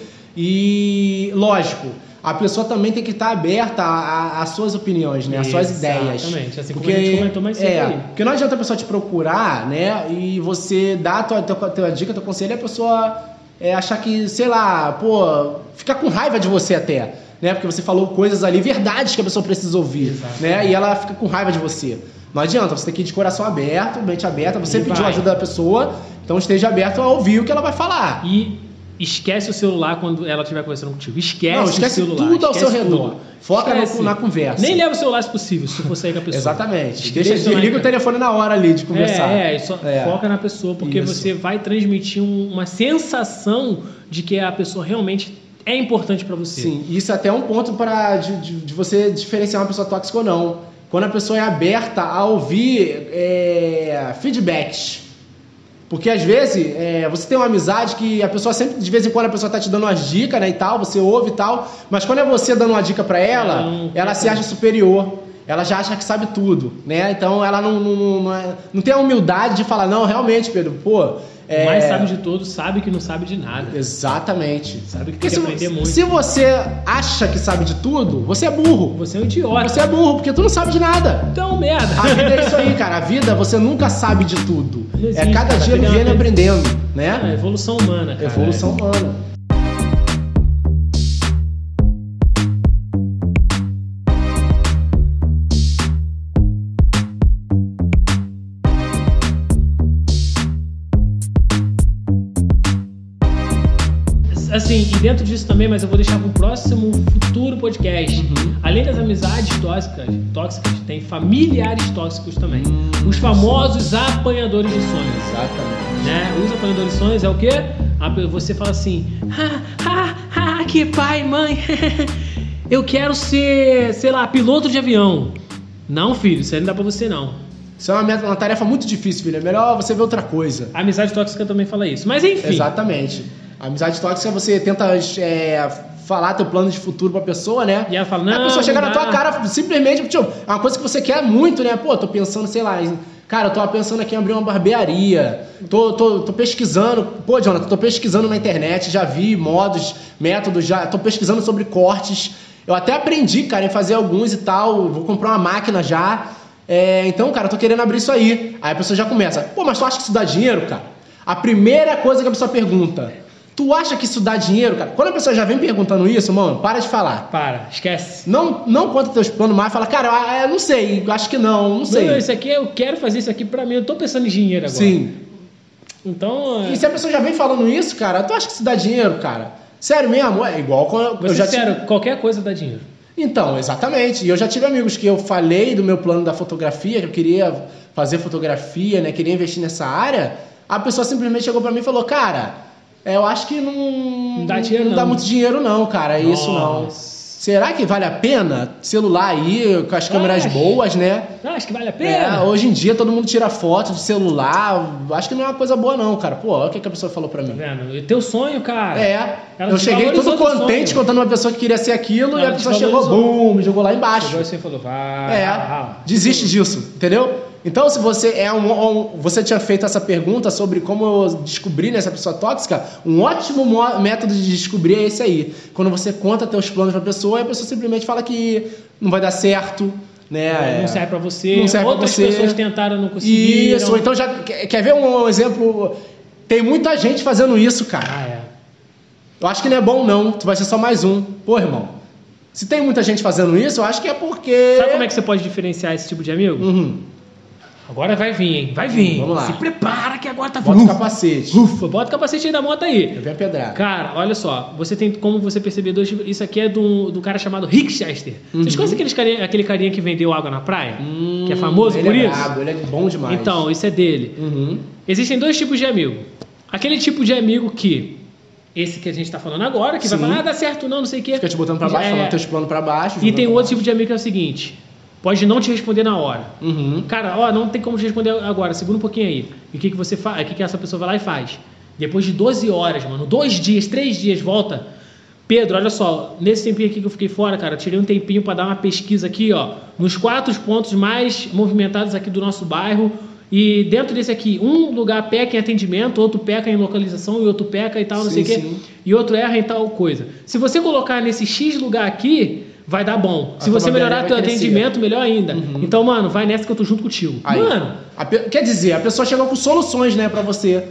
B: E, lógico, a pessoa também tem que estar aberta a- a- às suas opiniões, né? Às suas ideias.
A: Exatamente, assim como a gente comentou mais cedo
B: é,
A: aí.
B: Porque não adianta a pessoa te procurar, né? E você dar a tua, tua, tua dica, teu conselho, e a pessoa é, achar que, sei lá, pô, ficar com raiva de você até. Né? Porque você falou coisas ali, verdades que a pessoa precisa ouvir.
A: Exato.
B: Né? E ela fica com raiva de você. Não adianta, você tem que ir de coração aberto, mente aberta. Você
A: E
B: pediu
A: vai.
B: ajuda da pessoa, então esteja aberto a ouvir o que ela vai falar.
A: E, Esquece o celular quando ela estiver conversando contigo. Esquece,
B: não, esquece
A: o celular.
B: tudo ao seu
A: esquece
B: redor.
A: tudo.
B: Foca no-
A: Esquece.
B: na conversa.
A: Nem leva o celular se possível, se tu for sair com a pessoa.
B: Exatamente.
A: Esquece
B: Deixa,
A: o celular,
B: liga o
A: cara.
B: telefone na hora ali de conversar.
A: É, é, só
B: É.
A: foca na pessoa, porque
B: Isso.
A: você vai transmitir um- uma sensação de que a pessoa realmente é importante pra você.
B: Sim, isso é até um ponto para de, de- de você diferenciar uma pessoa tóxica ou não. Quando a pessoa é aberta a ouvir é, feedbacks. Porque às vezes é, você tem uma amizade que a pessoa sempre, de vez em quando, a pessoa tá te dando umas dicas, né? E tal, você ouve e tal. Mas quando é você dando uma dica para ela,
A: Ela não-
B: ela se acha superior. Ela já acha que sabe tudo, né? Então ela não, não, não, não é- não tem a humildade de falar, não, realmente, Pedro, pô.
A: O
B: é,
A: mais sabe de todos sabe que não sabe de nada.
B: Exatamente.
A: Sabe que
B: Porque
A: tem que
B: se,
A: aprender muito.
B: se você acha que sabe de tudo, você é burro.
A: Você é um idiota.
B: Você é burro, porque tu não sabe de nada.
A: Então, merda.
B: A vida é isso aí, cara. A vida, você nunca sabe de tudo.
A: Não existe,
B: é cada
A: cara.
B: dia
A: Tem
B: vivendo e
A: uma-
B: aprendendo,
A: É,
B: né?
A: evolução humana, cara.
B: Evolução humana.
A: Assim, e dentro disso também, mas eu vou deixar para o próximo futuro podcast.
B: Uhum.
A: Além das amizades tóxicas, tóxicas, tem familiares tóxicos também.
B: Hum,
A: Os famosos apanhadores de sonhos.
B: Exatamente.
A: né? Os apanhadores de sonhos é o quê? A pe- Você fala assim, ah, ah, ah, que pai, mãe, eu quero ser, sei lá, piloto de avião. Não, filho, isso aí não dá pra você não.
B: Isso é uma, meta- uma tarefa muito difícil, filho. É melhor você ver outra coisa.
A: A amizade tóxica também fala isso. Mas enfim,
B: Exatamente. A amizade tóxica, você tenta é, falar teu plano de futuro pra pessoa, né?
A: e ela fala,
B: a
A: não,
B: pessoa chega
A: não
B: na
A: dá.
B: tua cara simplesmente, tipo, é uma coisa que você quer muito, né? Pô, tô pensando, sei lá, em- cara, eu tô pensando aqui em abrir uma barbearia. Tô, tô, tô pesquisando, pô, Jonathan, tô pesquisando na internet, já vi modos, métodos, já tô pesquisando sobre cortes. Eu até aprendi, cara, em fazer alguns e tal, vou comprar uma máquina já. É, então, cara, eu tô querendo abrir isso aí. Aí a pessoa já começa, pô, mas tu acha que isso dá dinheiro, cara? A primeira coisa que a pessoa pergunta, tu acha que isso dá dinheiro, cara? Quando a pessoa já vem perguntando isso, mano, para de falar.
A: Para, esquece.
B: Não, não conta teus planos mais, fala, cara, ah, é, não sei, acho que não, não sei.
A: Não, é isso aqui, eu quero fazer isso aqui pra mim, eu tô pensando em dinheiro agora.
B: Sim.
A: Então, é,
B: E se a pessoa já vem falando isso, cara, tu acha que isso dá dinheiro, cara? Sério mesmo? É igual quando
A: vou
B: eu
A: ser
B: já
A: sincero, qualquer coisa dá dinheiro.
B: Então, exatamente. E eu já tive amigos que eu falei do meu plano da fotografia, que eu queria fazer fotografia, né? Queria investir nessa área. A pessoa simplesmente chegou pra mim e falou, cara, é, eu acho que não,
A: Não dá dinheiro,
B: dá
A: não.
B: muito dinheiro não, cara, é isso não.
A: Nossa.
B: Será que vale a pena? Celular aí, com as câmeras
A: Acho.
B: boas, né?
A: Ah, acho que vale a
B: É,
A: pena.
B: hoje em dia todo mundo tira foto de celular. Acho que não é uma coisa boa, não, cara. Pô, olha o que, que a pessoa falou pra
A: Tá
B: mim.
A: vendo? E teu sonho, cara.
B: É.
A: Ela
B: eu
A: te
B: cheguei todo
A: valorizou teu
B: contente
A: sonho.
B: contando uma pessoa que queria ser aquilo e
A: Ela
B: a
A: te
B: pessoa chegou,
A: valorizou. Ah,
B: bum, me jogou lá embaixo.
A: Agora você falou, vai.
B: É. Desiste disso, entendeu? Então, se você é um, um- Você tinha feito essa pergunta sobre como eu descobri nessa pessoa tóxica, um ótimo mo- método de descobrir é esse aí. Quando você conta teus planos pra pessoa, e a pessoa simplesmente fala que não vai dar certo, né?
A: É, Não serve pra você.
B: Não serve pra
A: Outras
B: você.
A: pessoas tentaram, não conseguiram.
B: Isso, ou então já. Quer, quer ver um, exemplo? Tem muita gente fazendo isso, cara.
A: Ah, é.
B: Eu acho que não é bom, não. Tu vai ser só mais um. Pô, irmão. Se tem muita gente fazendo isso, eu acho que é porque.
A: Sabe como é que você pode diferenciar esse tipo de amigo?
B: Uhum.
A: Agora vai vir, hein? Vai vir.
B: Vamos lá.
A: Se prepara que agora tá
B: Bota o
A: vindo.
B: capacete.
A: Ufa, bota o capacete aí da moto aí.
B: Eu vi a pedrada.
A: Cara, olha só, você tem como você perceber dois. Isso aqui é do, do cara chamado Rick Chester. Vocês
B: Uhum.
A: conhecem aqueles carinha, aquele carinha que vendeu água na praia?
B: Hum,
A: que é famoso
B: ele
A: por
B: é
A: isso?
B: brabo, ele é bom demais.
A: Então, isso é dele.
B: Uhum.
A: Existem dois tipos de amigo. Aquele tipo de amigo que. Esse que a gente tá falando agora, que
B: Sim.
A: vai falar, ah, dá certo não, não sei o quê.
B: Fica te botando pra baixo,
A: É.
B: falando teus planos pra baixo.
A: E
B: jogando
A: tem
B: pra
A: outro tipo de amigo que é o seguinte: pode não te responder na hora.
B: baixo. Uhum.
A: Cara, ó, não tem como te responder agora, segura um pouquinho aí. E o que, que você faz? O que, que essa pessoa vai lá e faz? Depois de 12 horas, mano, dois dias, três dias, volta. Pedro, olha só, nesse tempinho aqui que eu fiquei fora, cara, eu tirei um tempinho pra dar uma pesquisa aqui, ó, nos quatro pontos mais movimentados aqui do nosso bairro. E dentro desse aqui, um lugar peca em atendimento, outro peca em localização e outro peca e tal, não sei
B: Sim,
A: o quê
B: sim.
A: e outro erra em tal coisa. Se você colocar nesse X lugar aqui, vai dar bom.
B: A
A: Se você
B: probabilidade
A: melhorar
B: vai
A: teu
B: crescer.
A: atendimento, melhor ainda. Então, mano, vai nessa que eu tô junto contigo.
B: Uhum. Aí.
A: Mano,
B: A pe- Quer dizer, a pessoa chegou com soluções, né, pra você.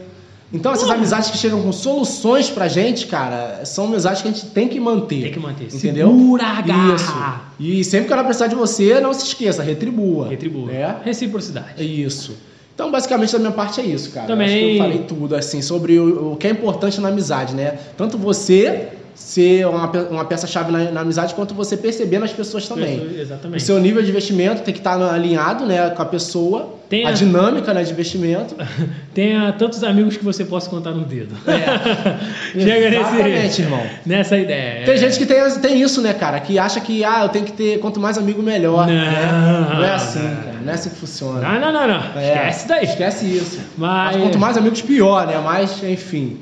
B: Então, essas amizades que chegam com soluções pra gente, cara, são amizades que a gente tem que manter.
A: tem que manter.
B: Entendeu?
A: Segura a garra.
B: Isso. E sempre que ela precisar de você, não se esqueça, retribua.
A: Retribua.
B: É?
A: Reciprocidade.
B: Isso. Então, basicamente, da minha parte é isso, cara.
A: Também.
B: Acho que eu falei tudo, assim, sobre o, o que é importante na amizade, né? Tanto você ser uma, pe- uma peça-chave na, na amizade, quanto você perceber nas pessoas também. O
A: Exatamente.
B: seu nível de investimento tem que estar alinhado, né, com a pessoa.
A: Tem
B: a
A: a- É.
B: dinâmica, né, de investimento.
A: Tenha tantos amigos que você possa contar no dedo. Chega
B: É. Exatamente,
A: nesse,
B: irmão.
A: nessa ideia.
B: Tem gente que tem, tem isso, né, cara? Que acha que, ah, eu tenho que ter quanto mais amigo, melhor.
A: Não.
B: né? não é assim, cara. Não é assim que funciona.
A: Não, não, não, não.
B: É.
A: Esquece daí.
B: Esquece isso.
A: Mas-
B: Mas quanto mais amigos, pior, né? Mas, enfim.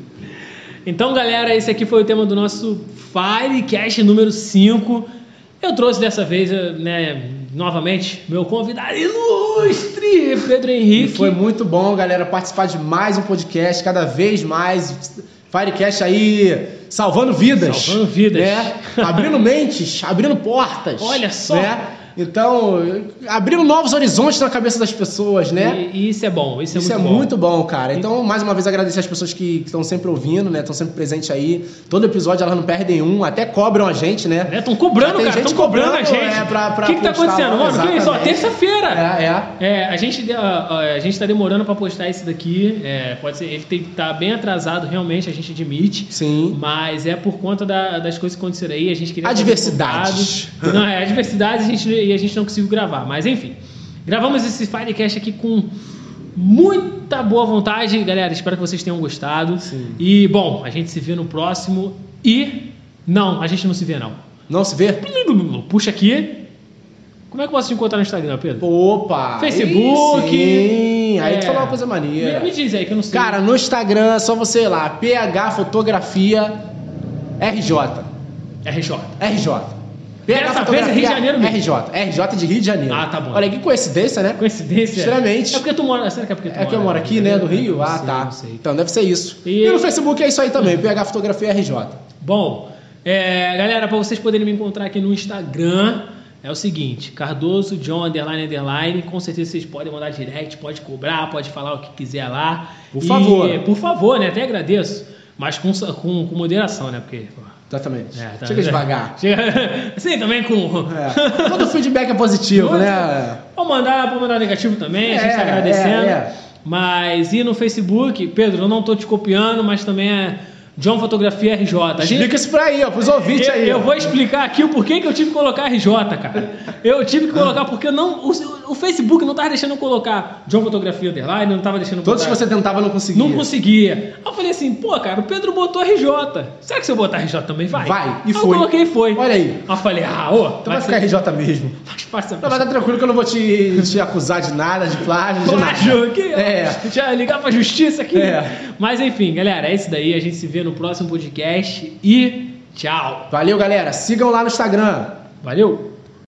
A: Então, galera, esse aqui foi o tema do nosso Firecast número 5. Eu trouxe dessa vez, eh, né, novamente, meu convidado ilustre, Pedro
B: E
A: Henrique.
B: foi muito bom, galera, participar de mais um podcast, cada vez mais. Firecast aí salvando vidas.
A: Salvando vidas.
B: Né? Abrindo mentes, abrindo portas.
A: Olha só.
B: Né? Então, abrindo novos horizontes na cabeça das pessoas, né?
A: E, e isso é bom, isso é
B: Isso é
A: muito bom.
B: muito bom, cara. Então, mais uma vez, agradecer as pessoas que que estão sempre ouvindo, né? Estão sempre presentes aí. Todo episódio elas não perdem um, até cobram a gente, né?
A: Estão cobrando,
B: Tem
A: cara,
B: gente
A: estão cobrando, a
B: cobrando,
A: gente.
B: é, pra- pra
A: o que, que tá
B: postar
A: acontecendo?
B: lá,
A: Mano, que isso? Ó,
B: exatamente.
A: terça-feira.
B: É, é.
A: É, a gente, a, a gente tá demorando pra postar esse daqui. É, pode ser, ele tem, tá bem atrasado, realmente, a gente admite.
B: Sim.
A: Mas é por conta da- das coisas que aconteceram aí. A gente queria. fazer
B: Adversidades.
A: convidados. Não, é adversidades a gente, e a gente não conseguiu gravar. Mas enfim, gravamos esse Firecast aqui com muita boa vontade, galera. Espero que vocês tenham gostado.
B: Sim.
A: E, bom, a gente se vê no próximo. E. Não, a gente não se vê, não.
B: Não se vê?
A: Puxa aqui. Como é que eu posso te encontrar no Instagram, Pedro?
B: Opa!
A: Facebook.
B: Sim. Aí
A: É.
B: tu falou uma coisa maneira.
A: Me, me diz aí que eu não sei.
B: Cara, no Instagram é só você ir lá, PH Fotografia RJ.
A: RJ.
B: RJ.
A: Dessa vez é Rio de Janeiro mesmo.
B: RJ. RJ de Rio de Janeiro.
A: Ah, tá bom.
B: Olha que coincidência, né?
A: Coincidência.
B: Extremamente.
A: É porque tu mora. Será que é porque tu
B: É que eu moro aqui, né? Do Rio? Ah, tá.
A: Não sei.
B: Então deve ser isso.
A: E-
B: E, no Facebook é isso aí também, PH Fotografia RJ.
A: Bom, é, galera, para vocês poderem me encontrar aqui no Instagram, é o seguinte: Cardoso John underline underline. Com certeza vocês podem mandar direct, pode cobrar, pode falar o que quiser lá.
B: Por favor.
A: E, por favor, né? Até agradeço, mas com, com, com moderação, né? Porque. pô,
B: Exatamente.
A: é, tá-
B: Chega devagar.
A: Chega- Sim, também com.
B: É. Todo feedback é positivo,
A: Todo-
B: né?
A: Vou mandar, vou mandar negativo também, a gente
B: É,
A: tá agradecendo.
B: é, é.
A: Mas e no Facebook, Pedro, eu não tô te copiando, mas também é John Fotografia RJ. A gente-
B: Explica isso pra aí, ó, pros ouvintes
A: Tá eu,
B: aí.
A: eu
B: ó.
A: vou explicar aqui o porquê que eu tive que colocar RJ, cara. Eu tive
B: Ah.
A: que colocar porque não, o, o Facebook não tava deixando eu colocar John Fotografia Underline, não tava deixando eu
B: Todos que
A: botar-
B: você tentava não conseguia.
A: Não conseguia. Aí eu falei assim, pô, cara, o Pedro botou RJ. Será que se eu botar RJ também vai?
B: Vai, e
A: Aí
B: foi.
A: Eu coloquei e foi.
B: Olha aí.
A: Aí eu falei, ah, ô,
B: Então vai ficar RJ mesmo.
A: Passa,
B: Não, mas tá tranquilo que eu não vou te, te acusar de nada, de plágio, de nada.
A: Plágio, que
B: É.
A: já ligar pra justiça aqui.
B: É.
A: Mas enfim, galera, é isso daí. A gente se vê no próximo podcast e tchau.
B: Valeu, galera. Sigam lá no Instagram.
A: Valeu!